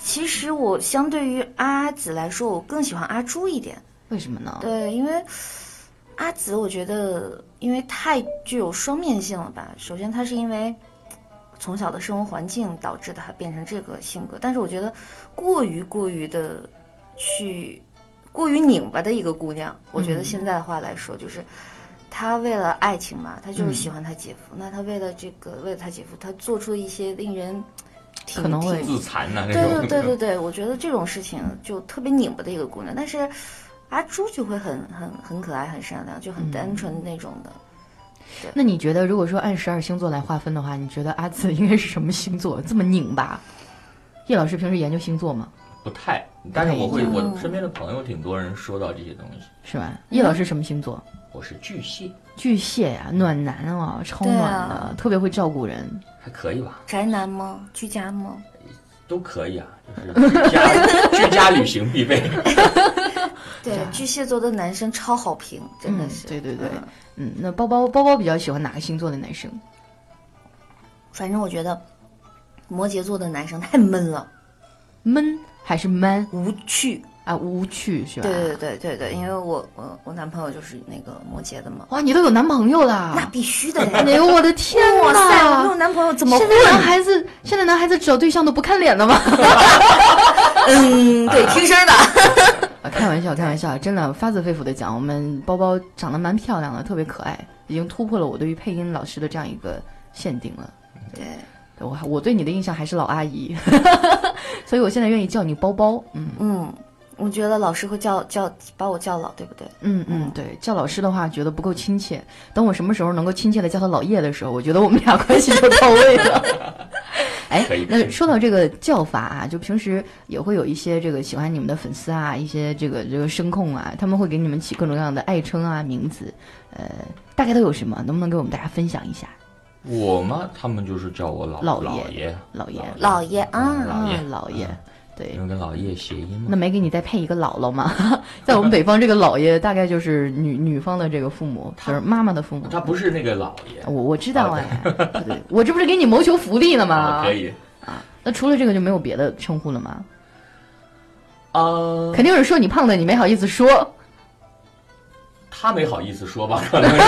其实我相对于阿紫来说，我更喜欢阿朱一点。
为什么呢？
对，因为阿紫，我觉得因为太具有双面性了吧。首先，她是因为从小的生活环境导致她变成这个性格，但是我觉得过于过于的去过于拧巴的一个姑娘，我
嗯
觉得现在的话来说就是。她为了爱情嘛，她
嗯
就是喜欢她姐夫。那她为了这个，为了她姐夫，她做出一些令人挺
可能会
挺
自残呐、那
对
种。
对对对对，我觉得这种事情就特别拧巴的一个姑娘，但是阿朱就会很很很可爱、很善良，就很
嗯
单纯那种的。
那你觉得，如果说按十二星座来划分的话，你觉得阿紫应该是什么星座？这么拧巴？叶老师平时研究星座吗？
不太。但是我会，
不太一样
我身边的朋友挺多人说到这些东西。
是吧？叶老师什么星座？
嗯
我是巨蟹，
巨蟹呀、暖男啊，超暖的，
对啊
特别会照顾人。
还可以吧，
宅男吗？居家吗？
都可以啊，就是 居家居家旅行必备。
对，巨蟹座的男生超好评，真的是。
对对对
嗯
嗯，那包包包包比较喜欢哪个星座的男生？
反正我觉得摩羯座的男生太闷了，
闷还是 man
无趣。
啊，无趣是吧？
对对对对对，因为我我我男朋友就是那个摩羯的嘛，
哇，你都有男朋友啦！
那必须 的
哎
呀！
呦，我的天呐！
哇塞，我没有男朋友怎么
现
混？
在男孩子，现在男孩子找对象都不看脸了吗？
嗯， 对，听声儿的。
啊，开玩笑，开玩笑，真的发自肺腑的讲，我们包包长得蛮漂亮的，特别可爱，已经突破了我对于配音老师的这样一个限定了。
对，
对我还我对你的印象还是老阿 姨，所以我现在愿意叫你包包。嗯
嗯，我觉得老师会叫叫把我叫老，对不对？
嗯嗯，对，叫老师的话觉得不够亲切。等我什么时候能够亲切的叫他老叶的时候，我觉得我们俩关系就到位了。哎
可以，可
那
以
说到这个叫法啊，就平时也会有一些这个喜欢你们的粉丝啊，一些这个这个声控啊，他们会给你们起各种各样的爱称啊、名字，呃，大概都有什么？能不能给我们大家分享一下？
我嘛，他们就是叫我老
老
老
爷
爷，
老爷
老爷啊
老爷嗯
啊，老爷，对
因，为跟老爷谐音
那
嘛。
没给你再配一个姥姥吗？ 在我们北方，这个姥爷大概就是女女方的这个父母，就是妈妈的父母。
他不是那个老爷，
我我知道哎，对对，我这不是给你谋求福利呢吗？
啊可。以
那除了这个就没有别的称呼了吗？
啊，
肯定是说你胖的，你没好意思说。
他没好意思说吧， 可能是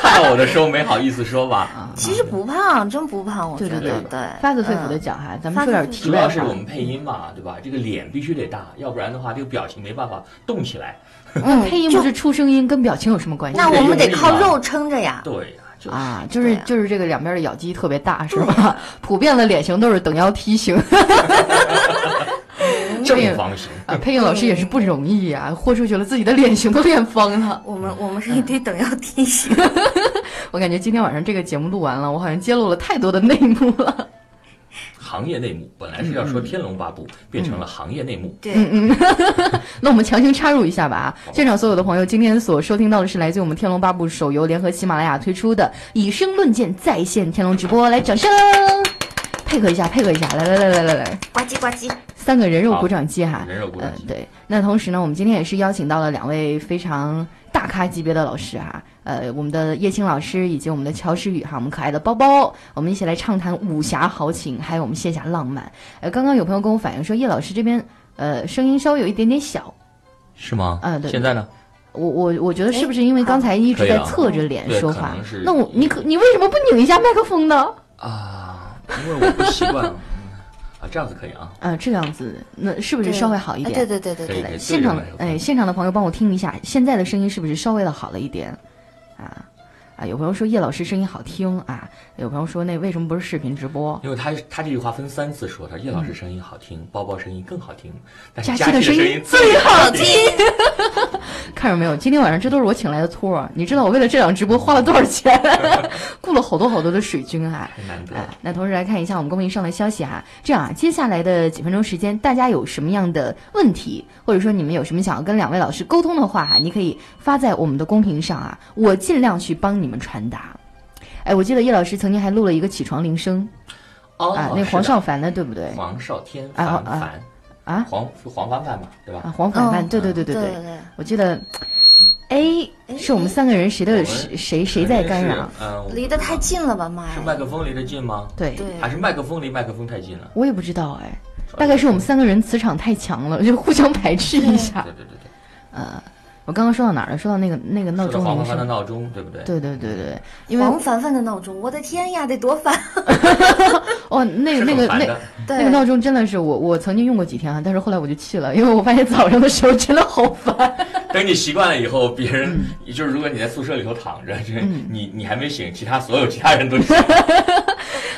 看到我的时候没好意思说
啊
吧。
其实不胖，真不胖，我
对
觉
对
得
对
对，
发自肺腑
嗯
的讲哈，咱们
发
说
自
点
肺
题
主
外
要是我
话。
们配音嘛，对吧？这个脸必须得大，要不然的话，这个表情没办法动起来。
嗯，
配音不是出声音，跟表情有什么关系？
那我们得靠
这个
肉撑着呀。
对呀，就是
啊，就是
对啊啊
就是这个两边的咬肌特别大，是吧？ 普遍的脸型 都是等腰梯形。
正方形。
啊，配音老师也是不容易啊，豁出去了，自己的脸型都练方了。
我们我们是一堆等腰梯形，
我感觉今天晚上这个节目录完了，我好像揭露了太多的内幕了。
行业内幕本来是要说《天龙八部》，
嗯
变成了行业内幕。
对，
那我们强行插入一下吧啊！现场所有的朋友，今天所收听到的是来自于我们《天龙八部》手游联合喜马拉雅推出的以声论剑在线天龙直播，来掌声！配合一下，配合一下，来来来来来来，
呱唧呱唧。
三个人肉
好
鼓掌机哈，
人肉鼓掌机
嗯，对。那同时呢，我们今天也是邀请到了两位非常大咖级别的老师哈，呃，我们的叶青老师以及我们的乔诗雨哈，我们可爱的包包，我们一起来畅谈武侠豪情，还有我们卸下浪漫。呃，刚刚有朋友跟我反映说，叶老师这边呃声音稍微有一点点小，
是吗？
嗯对
现在呢？
我我我觉得是不是因为刚才一直
可以
在
啊
侧着脸
哎对
说
可
话？
能是
那我你可你为什么不拧一下麦克风呢？
啊，因为我不习惯嗯 啊，这样子可以啊。
啊、这样子那是不是
对
稍微好一
哎
点？
对对对对
可以
对，
可以
现场
对着麦克风
哎，现场的朋友帮我听一下，现在的声音是不是稍微的好了一点？啊啊，有朋友说叶老师声音好听啊，有朋友说那为什么不是视频直播？
因为他他这句话分三次说，他说叶老师声音好听，包包声音更好听，但
嗯
是
佳
佳
期的
期的
声音
音最好听。
看着没有，今天晚上这都是我请来的托儿，你知道我为了这场直播花了多少钱？ 雇了好多好多的水军啊！
太难得
哎
了，，
那同时来看一下我们公屏上的消息哈、这样啊，接下来的几分钟时间，大家有什么样的问题，或者说你们有什么想要跟两位老师沟通的话啊哈、你可以发在我们的公屏上啊，我尽量去帮你们传达。哎，我记得叶老师曾经还录了一个起床铃声
哦
啊，那
是
黄
的
少凡的对不对？
黄少天
啊
凡
啊
凡
啊
黄是黄凡凡嘛，对吧？
啊，黄凡凡，
嗯
对对对
对
对对，
对，
我记得，哎，是我们三个人谁
我
的
们
谁谁谁在干扰
是？？嗯，
离得太近了吧，妈
是麦
呀！
克风离得近吗？
对，
对，
还是麦克风离麦克风太近了？
我也不知道哎，大概是我们三个人磁场太强了，就互相排斥一下。
对对对对，
我刚刚说到哪儿了？说到那个那个闹
说到
钟
黄
铃
凡凡的
声。
闹钟，对不对？
对对对对，因为
黄凡凡的闹钟，我的天呀，得多烦！
哦，那个那个
是很烦
那
的
对，
那个闹钟真的是我我曾经用过几天啊，但是后来我就弃了，因为我发现早上的时候真的好烦。
等你习惯了以后，别
嗯
人就是如果你在宿舍里头躺着，就是你你还没醒，其他所有其他人都醒。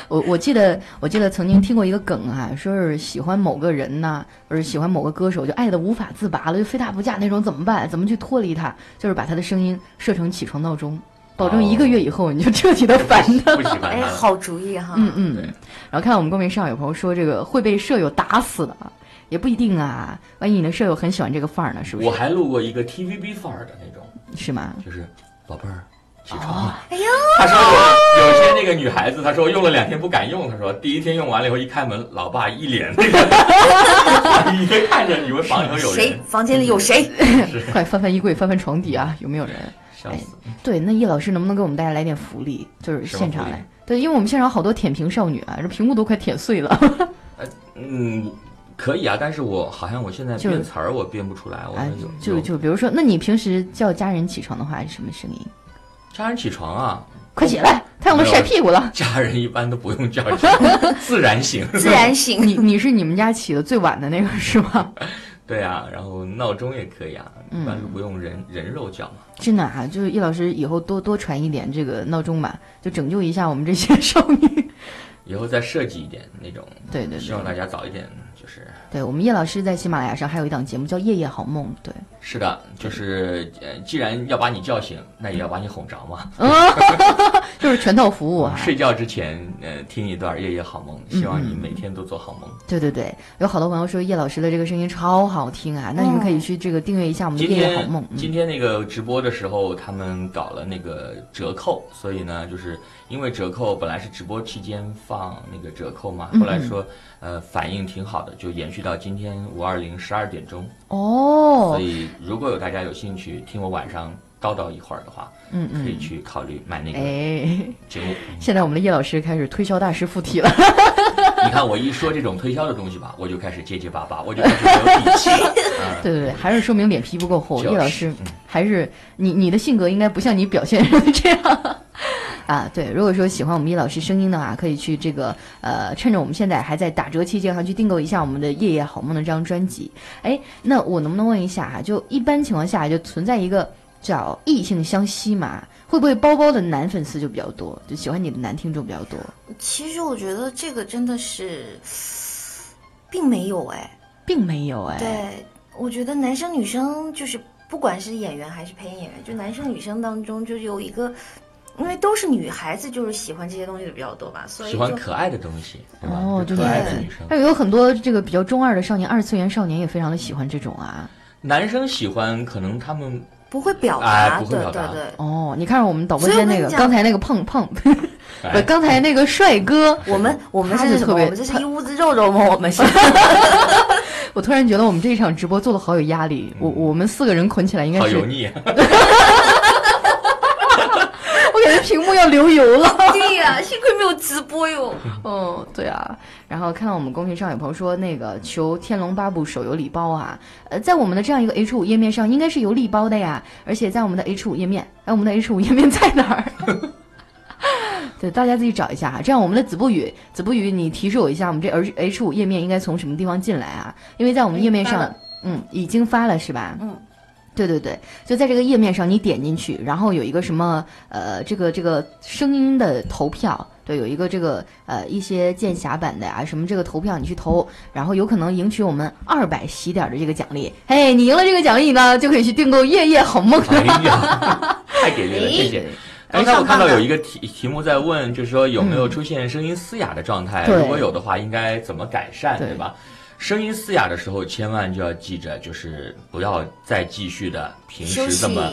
我我记得我记得曾经听过一个梗啊，说是喜欢某个人呐、或者喜欢某个歌手，就爱的无法自拔了，就非他不嫁那种，怎么办？怎么去脱离他？就是把他的声音设成起床闹钟，保证
哦
一个月以后你就彻底的 烦他。
不喜欢他
哎，
了。
好主意哈。
啊嗯嗯
啊对，
然后看到我们公屏上有朋友说这个会被舍友打死的，也不一定啊，万一你的舍友很喜欢这个范儿呢，是不
我
是？
还录过一个 TVB 范儿的那种，
是 吗？
就是宝贝儿起
哦
床了。哎呦，他说有有些那个女孩子，她说用了两天不敢用，她说第一天用完了以后一开门，老爸一脸那个， 你会看着以为房里头有
谁
人，嗯
房间里有谁？
快翻翻衣柜，翻翻床底啊，有没有人？
笑死。
对，那叶老师能不能给我们大家来点福利？就是
什么
现场
福利
来。对，因为我们现场好多舔屏少女啊，这屏幕都快舔碎了。
呃嗯，可以啊，但是我好像我现在
就是
编词儿我编不出来，我
哎
哦有，
就
有
就比如说，那你平时叫家人起床的话是什么声 音？
家人起床啊，
快起来，太阳都晒屁股了。
家人一般都不用叫起来，自然醒。
自然醒。
你你是你们家起的最晚的那个是 吧？
对啊，然后闹钟也可以啊，一
嗯
般都不用人人肉叫嘛。
真的啊，就是叶老师以后多多传一点这个闹钟吧， 就拯救一下我们这 些少女。
以后再设计一点那种，
对对
希
对
望，大家早一点，就是
对我们叶老师在喜马拉雅上还有一档节目叫《夜夜好梦》， 对，
是的，就是呃，既然要把你叫醒，那也要把你哄着嘛。
就是全套服 务啊。
睡觉之前，呃，听一段《夜夜好梦》，希望你每天都做好梦。
对对对，有好多朋友说叶老师的这个声音超好听啊，那你们可以去这个订阅一下我们的
今
《夜夜好
天
梦》。嗯
嗯今天那个直播的时候，他们搞了那个折扣，所以呢，就是因为折扣本来是直播期间放那个折扣嘛，后
嗯
来说呃反应挺好的，就延续到今天五二零十二点钟。所
哦，
以如果有大家有兴趣听我晚上叨叨一会儿的话，
嗯
可
嗯，
以去考虑买那个
哎，
节目。
现在我们的叶老师开始推销大师附体了。
你看我一说这种推销的东西吧，我就开始结结巴巴，我就开始没有底 气了。嗯
对对对，还是说明脸皮不够厚。
就是
叶老师
嗯
还是你你的性格应该不像你表现这样。 啊，对，如果说喜欢我们叶老师声音的话，可以去这个呃，趁着我们现在还在打折期间，哈，去订购一下我们的《夜夜好梦》的这张专辑。哎，那我能不能问一下哈，就一般情况下就存在一个叫异性相吸嘛，会不会包包的男粉丝就比较多，就喜欢你的男听众比较多，
其实我觉得这个真的是，并没有哎。
并没有哎。
对，我觉得男生女生就是不管是演员还是配音演员，就男生女生当中就有一个，因为都是女孩子，就是喜欢这些东西的比较多吧，所以
喜
就
欢可爱的东西，对吧？
嗯哦，对
可
对
爱的
对
女生，，
还有很多这个比较中二的少年，二次元少年也非常的喜欢这种啊。
男生喜欢可能他们
不会表达，
哎不会表达
对对对。
哦，你看我们导播间那个
所以我跟你讲
刚才那个碰碰， 不
哎，
刚才那个帅哥，
我们我们
他
这
就是
什
特
么？
别
我们这是一屋子肉肉吗？我们是
我突然觉得我们这一场直播做的好有压力，我我们四个人捆起来应该
好
是，
油
我
腻。啊
感觉屏幕要流油了。
对呀、幸亏没有直播 哟。
嗯，对啊。然后看到我们公屏上有朋友说那个求《天龙八部》手游礼包啊，呃，在我们的这样一个 H 五页面上应该是有礼包的呀，而且在我们的 H 五页面，哎，我们的 H 五页面在哪儿？ 对，大家自己找一下啊哈。这样，我们的子不语，子不语，你提示我一下，我们这 H H 五页面应该从什么地方进来啊？因为在我们页面
发
上
了，
嗯，已经发了是吧？
嗯。
对对对，就在这个页面上，你点进去，然后有一个什么呃，这个这个声音的投票，对，有一个这个呃一些剑侠版的啊，什么这个投票你去投，然后有可能赢取我们二百喜点的这个奖励。嘿，你赢了这个奖励呢，就可以去订购《夜夜好 梦》
哎呀，太给力了，谢谢。
哎
刚才我看到有一个题题目在问，就是说有没有出现声音嘶哑的状态？
嗯对
如果有的话，应该怎么改善，
对
对吧？声音嘶哑的时候，千万就要记着，就是不要再继续的平
休
时
息
这么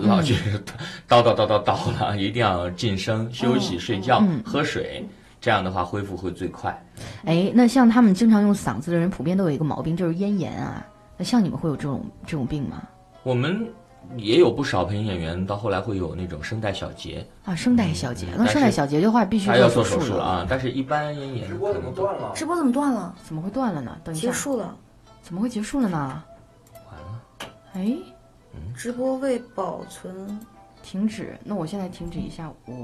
老去 叨叨叨叨叨了，一定要晋升、休息、睡觉、喝水，这样的话恢复会最快。
哎，那像他们经常用嗓子的人，普遍都有一个毛病，就是咽炎啊。那像你们会有这种这种病吗？
我们也有不少配音演员到后来会有那种声带小结，
啊，声带小结，那
但
声带
嗯是
小结的话必须
他要
做
做手术
术
了
了！
啊，但是一般咽炎
直播怎么断了？
直播怎么断了？
怎么会断了呢？等一下
结，束了。
怎么会结束了呢？
完了，
哎，
嗯直播未保存
停止。那我现在停止一下，我